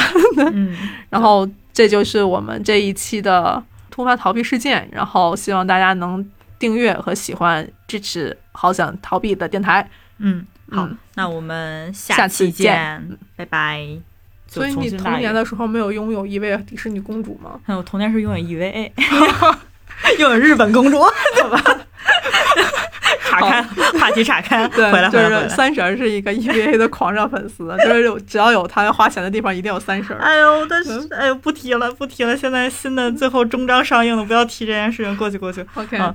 S2: 嗯。
S1: 然后这就是我们这一期的突发逃避事件，然后希望大家能订阅和喜欢支持《好想逃避》的电台。
S2: 嗯，好，
S1: 嗯
S2: 那我们
S1: 下
S2: 下
S1: 次
S2: 期
S1: 见
S2: 拜拜。
S1: 所以
S2: 就重
S1: 你
S2: 新
S1: 童
S2: 来一
S1: 年
S2: 个，
S1: 的时候没有拥有一位迪士尼公主吗？
S2: 嗯我童年是拥 有 EVA，拥有日本公主，好吧？ 岔开，话题 岔开，回来
S1: 就
S2: 回来
S1: 是
S2: 回来。
S1: 三婶儿是一个 EVA 的狂热粉丝，就是有只要有她要花钱的地方，一定有三婶儿。
S2: 哎呦，但
S1: 嗯
S2: 是哎呦，不提了，不提了。现在新的最后终章上映了，不要提这件事情，过去过去。
S1: OK，
S2: 好